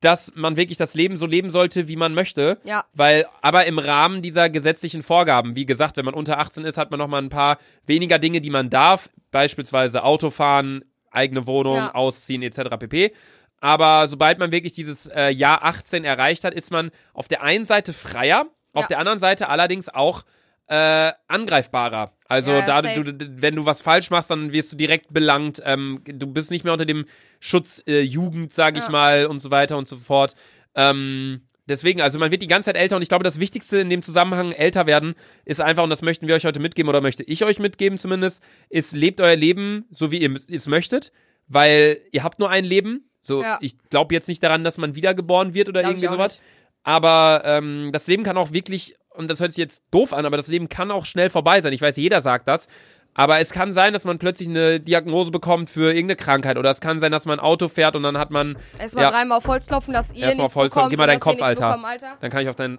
B: dass man wirklich das Leben so leben sollte, wie man möchte.
A: Ja.
B: Weil, aber im Rahmen dieser gesetzlichen Vorgaben, wie gesagt, wenn man unter 18 ist, hat man nochmal ein paar weniger Dinge, die man darf. Beispielsweise Autofahren, eigene Wohnung,
A: Ja.
B: ausziehen etc. pp. Aber sobald man wirklich dieses äh, Jahr 18 erreicht hat, ist man auf der einen Seite freier, auf
A: Ja.
B: der anderen Seite allerdings auch äh, angreifbarer. Also
A: Ja,
B: da,
A: safe.
B: du, du- wenn du was falsch machst, dann wirst du direkt belangt. Ähm, du bist nicht mehr unter dem Schutz äh, Jugend, sage ich
A: Ja.
B: mal, und so weiter und so fort. Ähm, deswegen, also man wird die ganze Zeit älter und ich glaube, das Wichtigste in dem Zusammenhang älter werden ist einfach, und das möchten wir euch heute mitgeben oder möchte ich euch mitgeben zumindest, ist, lebt euer Leben so, wie ihr es möchtet, weil ihr habt nur ein Leben. So,
A: Ja.
B: ich glaube jetzt nicht daran, dass man wiedergeboren wird oder
A: Glaub ich
B: irgendwie
A: auch
B: sowas. Aber ähm, das Leben kann auch wirklich, und das hört sich jetzt doof an, aber das Leben kann auch schnell vorbei sein. Ich weiß, jeder sagt das. Aber es kann sein, dass man plötzlich eine Diagnose bekommt für irgendeine Krankheit. Oder es kann sein, dass man ein Auto fährt und dann hat man.
A: Erstmal
B: Ja.
A: dreimal auf Holz klopfen, dass ihr
B: Erstmal
A: nichts
B: auf Holz
A: bekommt.
B: klopfen. Gib mal
A: und
B: deinen
A: dass wir
B: Kopf,
A: nichts
B: Alter.
A: bekommen, Alter.
B: Dann kann ich auf deinen.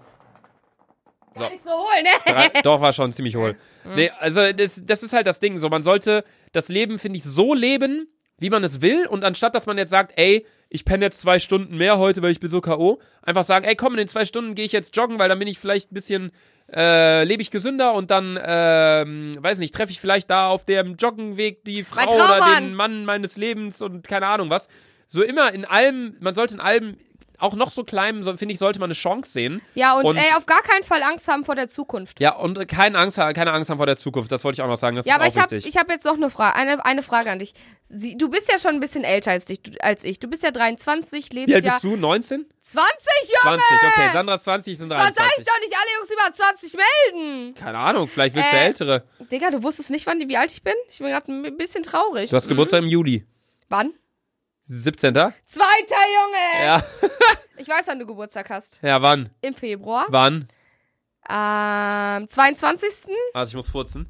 A: Gar nicht so hohl, ne?
B: Drei, <laughs> doch, war schon ziemlich hohl. Nee, also das, das ist halt das Ding. So, man sollte das Leben, finde ich, so leben, wie man es will. Und anstatt, dass man jetzt sagt, ey, ich penne jetzt zwei Stunden mehr heute, weil ich bin so K.O., einfach sagen, ey, komm, in den zwei Stunden gehe ich jetzt joggen, weil dann bin ich vielleicht ein bisschen, äh, lebe ich gesünder und dann, ähm, weiß nicht, treffe ich vielleicht da auf dem Joggenweg die Frau
A: Mein
B: oder
A: Traummann.
B: den Mann meines Lebens und keine Ahnung was. So immer in allem, man sollte in allem, auch noch so klein, so, finde ich, sollte man eine Chance sehen.
A: <laughs> Ja, und,
B: Und-
A: ey, auf gar keinen Fall Angst haben vor der Zukunft.
B: Ja, und keine Angst, keine Angst haben vor der Zukunft. Das wollte ich auch noch sagen. Das
A: Ja,
B: ist
A: aber
B: auch
A: ich habe
B: wichtig.
A: ich hab jetzt noch eine Frage, eine, eine Frage an dich. Sie, du bist ja schon ein bisschen älter als, dich, du, als ich. Du bist ja 23, lebst
B: Wie alt
A: ja
B: bist du? 19?
A: 20 Jahre.
B: 20, okay. Sandra ist 20, ich bin
A: Dann sag ich
B: 23.
A: doch nicht, alle Jungs über 20 melden.
B: Keine Ahnung, vielleicht willst du
A: Äh.
B: ältere.
A: Digga, du wusstest nicht, wann, wie alt ich bin? Ich bin gerade ein bisschen traurig. Mhm.
B: Du hast Geburtstag im Juli.
A: Wann?
B: 17.
A: Zweiter Junge!
B: Ja.
A: Ich weiß, wann du Geburtstag hast.
B: Ja, wann?
A: Im Februar.
B: Wann?
A: Ähm, 22.
B: Also ich muss furzen.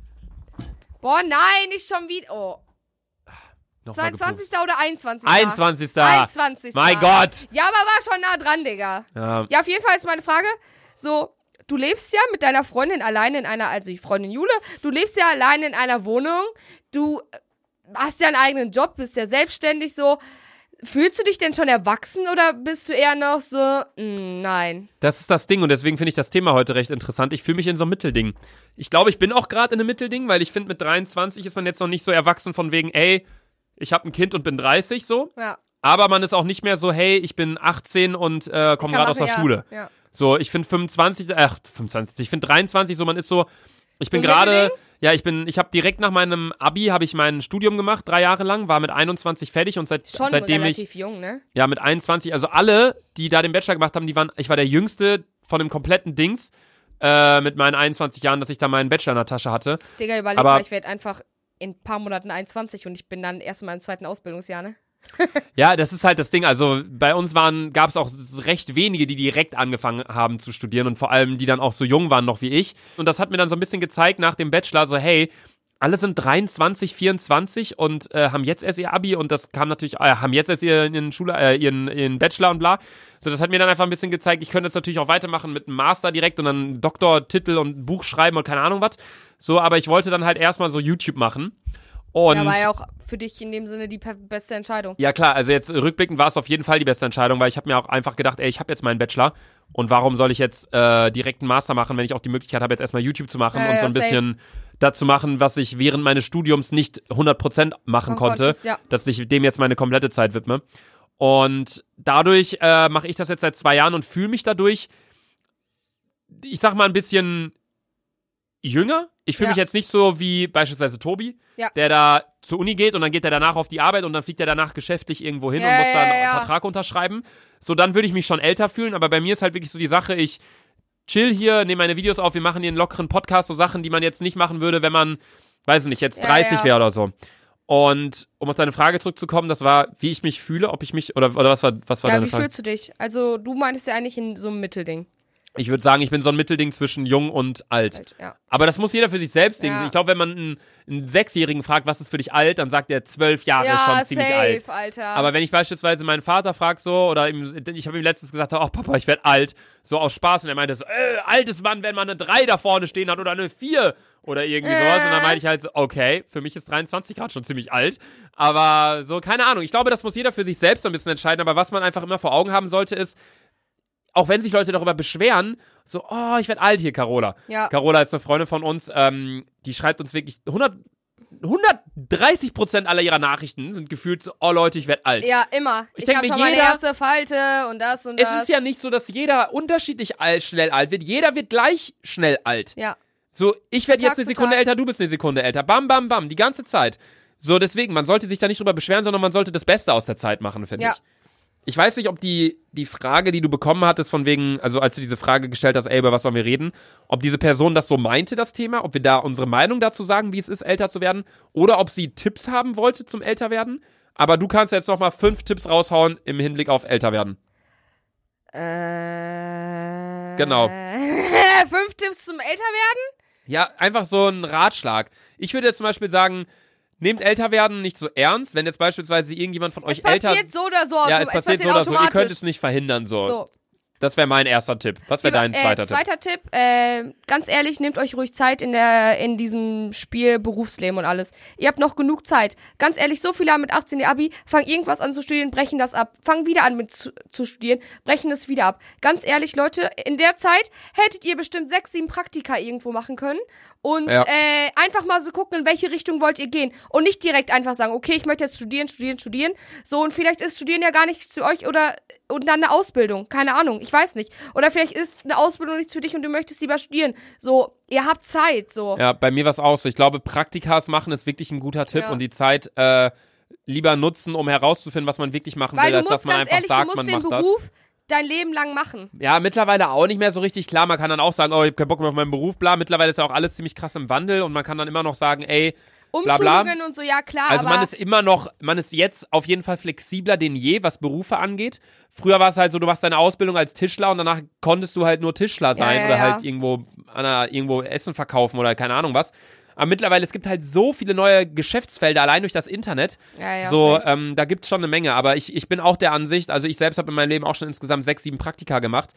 A: Boah, nein, nicht schon wieder. Oh,
B: Nochmal
A: 22. oder 21.
B: 21.
A: 21.
B: Mein Gott.
A: Ja, aber war schon nah dran, Digga.
B: Ja.
A: Ja, auf jeden Fall ist meine Frage so, du lebst ja mit deiner Freundin alleine in einer, also die Freundin Jule, du lebst ja alleine in einer Wohnung, du äh, hast ja einen eigenen Job, bist ja selbstständig so. Fühlst du dich denn schon erwachsen oder bist du eher noch so, mm, nein.
B: Das ist das Ding und deswegen finde ich das Thema heute recht interessant. Ich fühle mich in so einem Mittelding. Ich glaube, ich bin auch gerade in einem Mittelding, weil ich finde, mit 23 ist man jetzt noch nicht so erwachsen von wegen, ey, ich habe ein Kind und bin 30 so.
A: Ja,
B: Aber man ist auch nicht mehr so, hey, ich bin 18 und äh, komme
A: kann also
B: gerade aus der
A: machen, ja,
B: Schule.
A: Ja.
B: So, ich finde 25, ach, 25, ich finde 23 so, man ist so, Ich
A: So
B: bin
A: ein
B: gerade,
A: Leveling?
B: ja, ich bin, ich habe direkt nach meinem Abi habe ich mein Studium gemacht, drei Jahre lang, war mit 21 fertig und seit,
A: Schon
B: seitdem ich
A: relativ jung, ne?
B: Ja, mit 21. Also alle, die da den Bachelor gemacht haben, die waren, ich war der Jüngste von dem kompletten Dings äh, mit meinen 21 Jahren, dass ich da meinen Bachelor in der Tasche hatte.
A: Digga, überleg
B: Aber-
A: mal, ich werde einfach in ein paar Monaten 21 und ich bin dann erst in meinem zweiten Ausbildungsjahr, ne?
B: Ja, das ist halt das Ding. Also bei uns waren, gab es auch s- recht wenige, die direkt angefangen haben zu studieren und vor allem die dann auch so jung waren noch wie ich. Und das hat mir dann so ein bisschen gezeigt nach dem Bachelor, so hey, alle sind 23, 24 und äh, haben jetzt erst ihr Abi und das kam natürlich, äh, haben jetzt erst ihren, Schule, äh, ihren, ihren Bachelor und bla. So, das hat mir dann einfach ein bisschen gezeigt, ich könnte jetzt natürlich auch weitermachen mit einem Master direkt und dann einen Doktortitel und ein Buch schreiben und keine Ahnung was. So, aber ich wollte dann halt erstmal so YouTube machen. Und
A: ja, war ja auch für dich in dem Sinne die per- beste Entscheidung.
B: ja, klar, also jetzt rückblickend war es auf jeden Fall die beste Entscheidung, weil ich habe mir auch einfach gedacht, ey, ich habe jetzt meinen Bachelor und warum soll ich jetzt äh, direkt einen Master machen, wenn ich auch die Möglichkeit habe, jetzt erstmal YouTube zu machen
A: Ja,
B: und
A: ja,
B: so ein
A: safe.
B: bisschen dazu machen, was ich während meines Studiums nicht 100% machen
A: Man
B: konnte,
A: konnte's, Oh ja.
B: dass ich dem jetzt meine komplette Zeit widme. Und dadurch äh, mache ich das jetzt seit zwei Jahren und fühle mich dadurch, ich sag mal, ein bisschen jünger. Ich fühle
A: Ja.
B: mich jetzt nicht so wie beispielsweise Tobi,
A: Ja.
B: der da zur Uni geht und dann geht er danach auf die Arbeit und dann fliegt er danach geschäftlich irgendwo hin und
A: Ja,
B: muss da
A: ja,
B: einen
A: ja.
B: Vertrag unterschreiben. So, dann würde ich mich schon älter fühlen, aber bei mir ist halt wirklich so die Sache, ich chill hier, nehme meine Videos auf, wir machen hier einen lockeren Podcast, so Sachen, die man jetzt nicht machen würde, wenn man, weiß nicht, jetzt
A: Ja,
B: 30
A: ja.
B: wäre oder so. Und um auf deine Frage zurückzukommen, das war, wie ich mich fühle, ob ich mich, oder, oder was war, was war
A: Ja,
B: deine
A: wie
B: Frage?
A: fühlst du dich? Also, du meintest ja eigentlich in so einem Mittelding.
B: Ich würde sagen, ich bin so ein Mittelding zwischen jung und alt.
A: Halt, ja.
B: Aber das muss jeder für sich selbst denken.
A: Ja.
B: Ich glaube, wenn man einen, einen Sechsjährigen fragt, was ist für dich alt, dann sagt er zwölf Jahre
A: ja,
B: ist schon ziemlich
A: safe,
B: alt.
A: Alter.
B: Aber wenn ich beispielsweise meinen Vater frage so, oder ihm, ich habe ihm letztens gesagt, ach Papa, ich werde alt, so aus Spaß. Und er meinte so, äh, alt ist man, wenn man eine 3 da vorne stehen hat oder eine 4 oder irgendwie
A: Äh.
B: sowas. Und dann meinte ich halt so, okay, für mich ist 23 Grad schon ziemlich alt. Aber so, keine Ahnung. Ich glaube, das muss jeder für sich selbst so ein bisschen entscheiden. Aber was man einfach immer vor Augen haben sollte, ist, auch wenn sich Leute darüber beschweren, so, oh, ich werde alt hier, Carola.
A: ja,
B: Carola ist eine Freundin von uns, ähm, die schreibt uns wirklich 100, 130 Prozent aller ihrer Nachrichten sind gefühlt so, oh Leute, ich werde alt.
A: ja, immer. Ich,
B: denk
A: hab
B: mir,
A: schon meine
B: jeder-
A: erste Falte und das und
B: es
A: das.
B: ist ja nicht so, dass jeder unterschiedlich alt, schnell alt wird. Jeder wird gleich schnell alt.
A: ja,
B: So, ich werde
A: Tag
B: jetzt eine
A: für
B: Sekunde
A: Tag.
B: älter, du bist eine Sekunde älter. Bam, bam, bam, die ganze Zeit. So, deswegen, man sollte sich da nicht drüber beschweren, sondern man sollte das Beste aus der Zeit machen, finde
A: Ja.
B: ich. Ich weiß nicht, ob die, die Frage, die du bekommen hattest, von wegen, also als du diese Frage gestellt hast, ey, über was sollen wir reden, ob diese Person das so meinte, das Thema, ob wir da unsere Meinung dazu sagen, wie es ist, älter zu werden, oder ob sie Tipps haben wollte zum Älterwerden. Aber du kannst jetzt nochmal fünf Tipps raushauen im Hinblick auf älter werden.
A: Äh,
B: <laughs> Genau.
A: Fünf Tipps zum Älterwerden?
B: Ja, einfach so ein Ratschlag. Ich würde jetzt zum Beispiel sagen, nehmt älter werden nicht so ernst, wenn jetzt beispielsweise irgendjemand von euch
A: Es
B: älter
A: passiert so oder so.
B: ja,
A: autom-
B: es passiert so oder so. Ihr
A: automatisch.
B: könnt es nicht verhindern so.
A: so.
B: Das wäre mein erster Tipp. Was wäre dein
A: äh,
B: zweiter Tipp?
A: zweiter Tipp. äh, ganz ehrlich, nehmt euch ruhig Zeit in, der, in diesem Spiel, Berufsleben und alles. Ihr habt noch genug Zeit. Ganz ehrlich, so viele haben mit 18 ihr Abi, fangen irgendwas an zu studieren, brechen das ab. Fangen wieder an mit zu, zu studieren, brechen es wieder ab. Ganz ehrlich, Leute, in der Zeit hättet ihr bestimmt sechs, sieben Praktika irgendwo machen können. Und
B: Ja.
A: äh, einfach mal so gucken, in welche Richtung wollt ihr gehen. Und nicht direkt einfach sagen, okay, ich möchte jetzt studieren, studieren, studieren. So, und vielleicht ist Studieren ja gar nichts für euch oder und dann eine Ausbildung. Keine Ahnung, ich weiß nicht. Oder vielleicht ist eine Ausbildung nichts für dich und du möchtest lieber studieren. So, ihr habt Zeit, so.
B: Ja, bei mir war es auch so. Ich glaube, Praktikas machen ist wirklich ein guter Tipp
A: Ja.
B: und die Zeit äh, lieber nutzen, um herauszufinden, was man wirklich machen
A: Weil
B: will,
A: du
B: als
A: musst
B: dass man
A: ganz
B: einfach
A: ehrlich, du
B: sagt, man
A: musst den
B: macht
A: Beruf dein Leben lang machen.
B: das. Ja, mittlerweile auch nicht mehr so richtig klar. Man kann dann auch sagen, oh, ich hab keinen Bock mehr auf meinen Beruf, bla. Mittlerweile ist ja auch alles ziemlich krass im Wandel und man kann dann immer noch sagen, ey, bla,
A: Umschulungen
B: bla.
A: und so, ja klar,
B: Also
A: aber
B: man ist immer noch, man ist jetzt auf jeden Fall flexibler denn je, was Berufe angeht. Früher war es halt so, du machst deine Ausbildung als Tischler und danach konntest du halt nur Tischler sein
A: ja,
B: oder
A: ja.
B: halt irgendwo, an einer, irgendwo Essen verkaufen oder keine Ahnung was. Aber mittlerweile, es gibt halt so viele neue Geschäftsfelder, allein durch das Internet.
A: Ja, ja,
B: so,
A: safe.
B: ähm, da gibt's schon eine Menge. Aber ich, ich bin auch der Ansicht, also ich selbst habe in meinem Leben auch schon insgesamt sechs, sieben Praktika gemacht.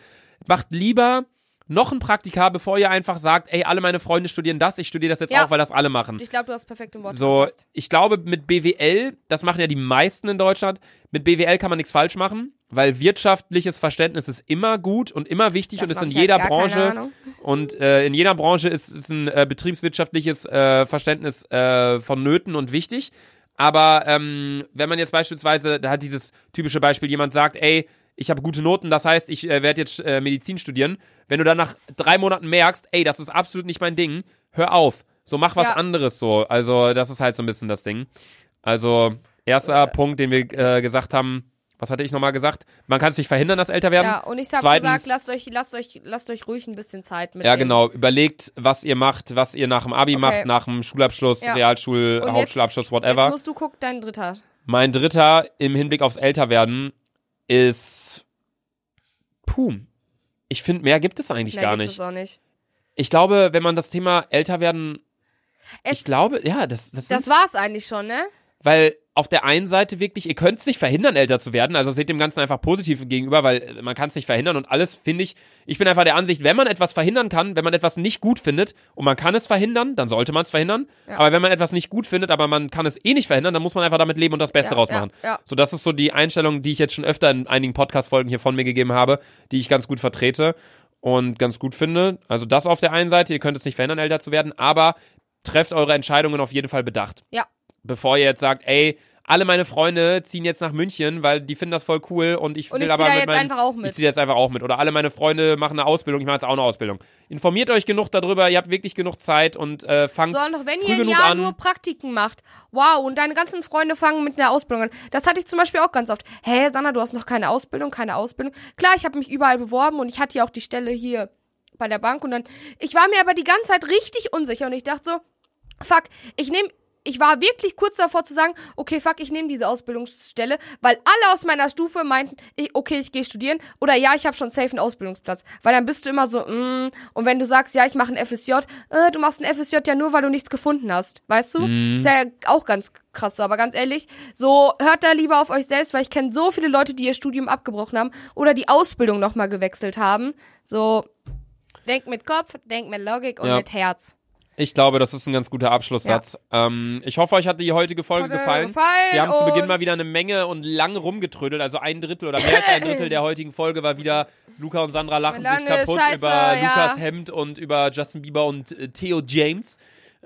B: Macht lieber noch ein Praktika, bevor ihr einfach sagt, ey, alle meine Freunde studieren das, ich studiere das jetzt
A: Ja.
B: auch, weil das alle machen.
A: ich glaube, du hast perfekt im Wort
B: ähm, So,
A: gefasst.
B: ich glaube, mit BWL, das machen ja die meisten in Deutschland, mit BWL kann man nichts falsch machen, weil wirtschaftliches Verständnis ist immer gut und immer wichtig
A: Das
B: und ist
A: hab
B: in
A: ich halt
B: jeder
A: gar keine
B: Branche.
A: Ahnung.
B: Und äh, in jeder Branche ist, ist ein äh, betriebswirtschaftliches äh, Verständnis äh, vonnöten und wichtig. Aber ähm, wenn man jetzt beispielsweise, da hat dieses typische Beispiel, jemand sagt, ey, ich habe gute Noten, das heißt, ich äh, werde jetzt äh, Medizin studieren. Wenn du dann nach drei Monaten merkst, ey, das ist absolut nicht mein Ding, hör auf. So, mach was
A: Ja.
B: anderes so. Also, das ist halt so ein bisschen das Ding. Also, erster Punkt, den wir äh, gesagt haben, was hatte ich nochmal gesagt? Man kann es nicht verhindern, dass älter werden.
A: Ja, und ich habe
B: Ähm, zweitens-
A: gesagt, lasst euch, lasst, euch, lasst euch ruhig ein bisschen Zeit mit
B: Ja,
A: dem.
B: genau. Überlegt, was ihr macht, was ihr nach dem Abi
A: Okay.
B: macht, nach dem Schulabschluss,
A: Ja.
B: Realschul,
A: Und jetzt-
B: Hauptschulabschluss, whatever.
A: Jetzt musst du gucken, dein Dritter.
B: Mein dritter im Hinblick aufs Älterwerden ist. Puh. Ich finde, mehr gibt es eigentlich
A: Mehr
B: gar
A: gibt
B: nicht.
A: Es auch nicht.
B: Ich glaube, wenn man das Thema Älterwerden.
A: Es-
B: ich glaube, ja, das, das,
A: Das
B: sind,
A: war's eigentlich schon, ne?
B: Weil auf der einen Seite wirklich, ihr könnt es nicht verhindern, älter zu werden. Also seht dem Ganzen einfach positiv gegenüber, weil äh, man kann es nicht verhindern und alles finde ich. Ich bin einfach der Ansicht, wenn man etwas verhindern kann, wenn man etwas nicht gut findet und man kann es verhindern, dann sollte man es verhindern.
A: Ja.
B: Aber wenn man etwas nicht gut findet, aber man kann es eh nicht verhindern, dann muss man einfach damit leben und das Beste
A: Ja,
B: draus machen.
A: Ja, ja.
B: So, das ist so die Einstellung, die ich jetzt schon öfter in einigen Podcast-Folgen hier von mir gegeben habe, die ich ganz gut vertrete und ganz gut finde. Also das auf der einen Seite, ihr könnt es nicht verhindern, älter zu werden, aber trefft eure Entscheidungen auf jeden Fall bedacht.
A: Ja.
B: Bevor ihr jetzt sagt, ey, alle meine Freunde ziehen jetzt nach München, weil die finden das voll cool und ich
A: Und
B: will
A: ich zieh
B: aber
A: da
B: mit
A: jetzt
B: meinen,
A: einfach auch
B: ich
A: mit.
B: ziehe jetzt einfach auch mit. Oder alle meine Freunde machen eine Ausbildung, ich mache jetzt auch eine Ausbildung. Informiert euch genug darüber, ihr habt wirklich genug Zeit und äh, fangt
A: Sondern doch, wenn
B: früh
A: ihr ein
B: genug
A: Jahr
B: an.
A: nur Praktiken macht. Wow, und deine ganzen Freunde fangen mit einer Ausbildung an. Das hatte ich zum Beispiel auch ganz oft. Hä, Sanna, du hast noch keine Ausbildung, keine Ausbildung. Klar, ich habe mich überall beworben und ich hatte ja auch die Stelle hier bei der Bank und dann. Ich war mir aber die ganze Zeit richtig unsicher und ich dachte so, fuck, ich nehme. Ich war wirklich kurz davor zu sagen, okay, fuck, ich nehme diese Ausbildungsstelle, weil alle aus meiner Stufe meinten, ich, okay, ich gehe studieren oder ja, ich habe schon safe einen Ausbildungsplatz. Weil dann bist du immer so, mm, und wenn du sagst, ja, ich mache ein FSJ, äh, du machst ein FSJ ja nur, weil du nichts gefunden hast, weißt du? Ist ja auch ganz krass so, aber ganz ehrlich, so hört da lieber auf euch selbst, weil ich kenne so viele Leute, die ihr Studium abgebrochen haben oder die Ausbildung nochmal gewechselt haben. So, denkt mit Kopf, denkt mit Logik und
B: Ja.
A: mit Herz.
B: Ich glaube, das ist ein ganz guter Abschlusssatz. Ähm, ich hoffe, euch hat die heutige Folge
A: Hat, äh,
B: gefallen.
A: gefallen
B: Wir haben zu Beginn
A: und-
B: mal wieder eine Menge und lang rumgetrödelt. Also ein Drittel oder mehr als ein Drittel der heutigen Folge war wieder Luca und Sandra lachen sich
A: Lange
B: kaputt
A: Scheiße,
B: über
A: ja.
B: Lukas Hemd und über Justin Bieber und äh, Theo James.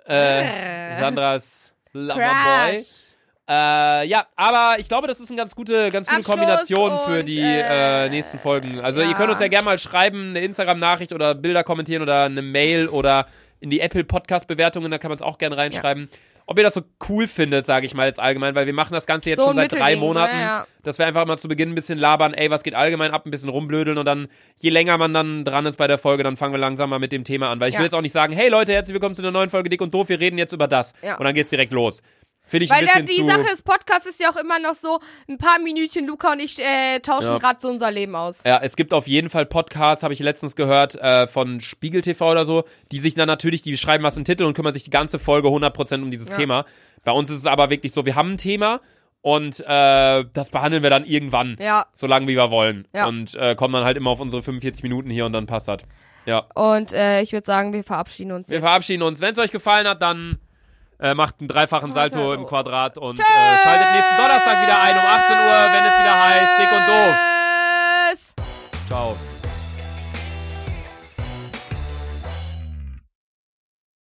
B: Äh, Sandras Loverboy.
A: Crash.
B: Äh, ja, aber ich glaube, das ist eine ganz gute, ganz gute
A: Abschluss
B: Kombination für
A: und,
B: die äh,
A: äh,
B: nächsten Folgen. Also
A: ja.
B: ihr könnt uns ja gerne mal schreiben, eine Instagram-Nachricht oder Bilder kommentieren oder eine Mail oder in die Apple Podcast-Bewertungen, da kann man es auch gerne reinschreiben. Ob ihr das so cool findet, sage ich mal jetzt allgemein, weil wir machen das Ganze jetzt
A: So
B: schon
A: ein
B: seit drei
A: Mittelding, so,
B: Monaten,
A: ja.
B: dass wir einfach mal zu Beginn ein bisschen labern, ey, was geht allgemein ab, ein bisschen rumblödeln und dann, je länger man dann dran ist bei der Folge, dann fangen wir langsam mal mit dem Thema an. Weil ich
A: Ja.
B: will jetzt auch nicht sagen, hey Leute, herzlich willkommen zu einer neuen Folge Dick und Doof, wir reden jetzt über das.
A: Ja.
B: Und dann geht's direkt los. Finde ich ein
A: Weil der,
B: bisschen
A: die
B: zu
A: Sache ist, Podcast ist ja auch immer noch so, ein paar Minütchen, Luca und ich äh, tauschen
B: Ja.
A: gerade so unser Leben aus.
B: Ja, es gibt auf jeden Fall Podcasts, habe ich letztens gehört, äh, von Spiegel TV oder so, die sich dann natürlich, die schreiben was im Titel und kümmern sich die ganze Folge 100% um dieses
A: Ja.
B: Thema. Bei uns ist es aber wirklich so, wir haben ein Thema und äh, das behandeln wir dann irgendwann,
A: Ja,
B: solange wie wir wollen.
A: Ja.
B: Und äh, kommen dann halt immer auf unsere 45 Minuten hier und dann passt das. Ja,
A: und äh, ich würde sagen, wir verabschieden uns.
B: wir verabschieden uns. Wenn es euch gefallen hat, dann äh, macht einen dreifachen Salto
A: Salto.
B: im Quadrat und äh, schaltet nächsten um Donnerstag wieder ein um 18 Uhr, wenn es wieder heißt, dick und doof.
A: Tschüss!
B: Ciao.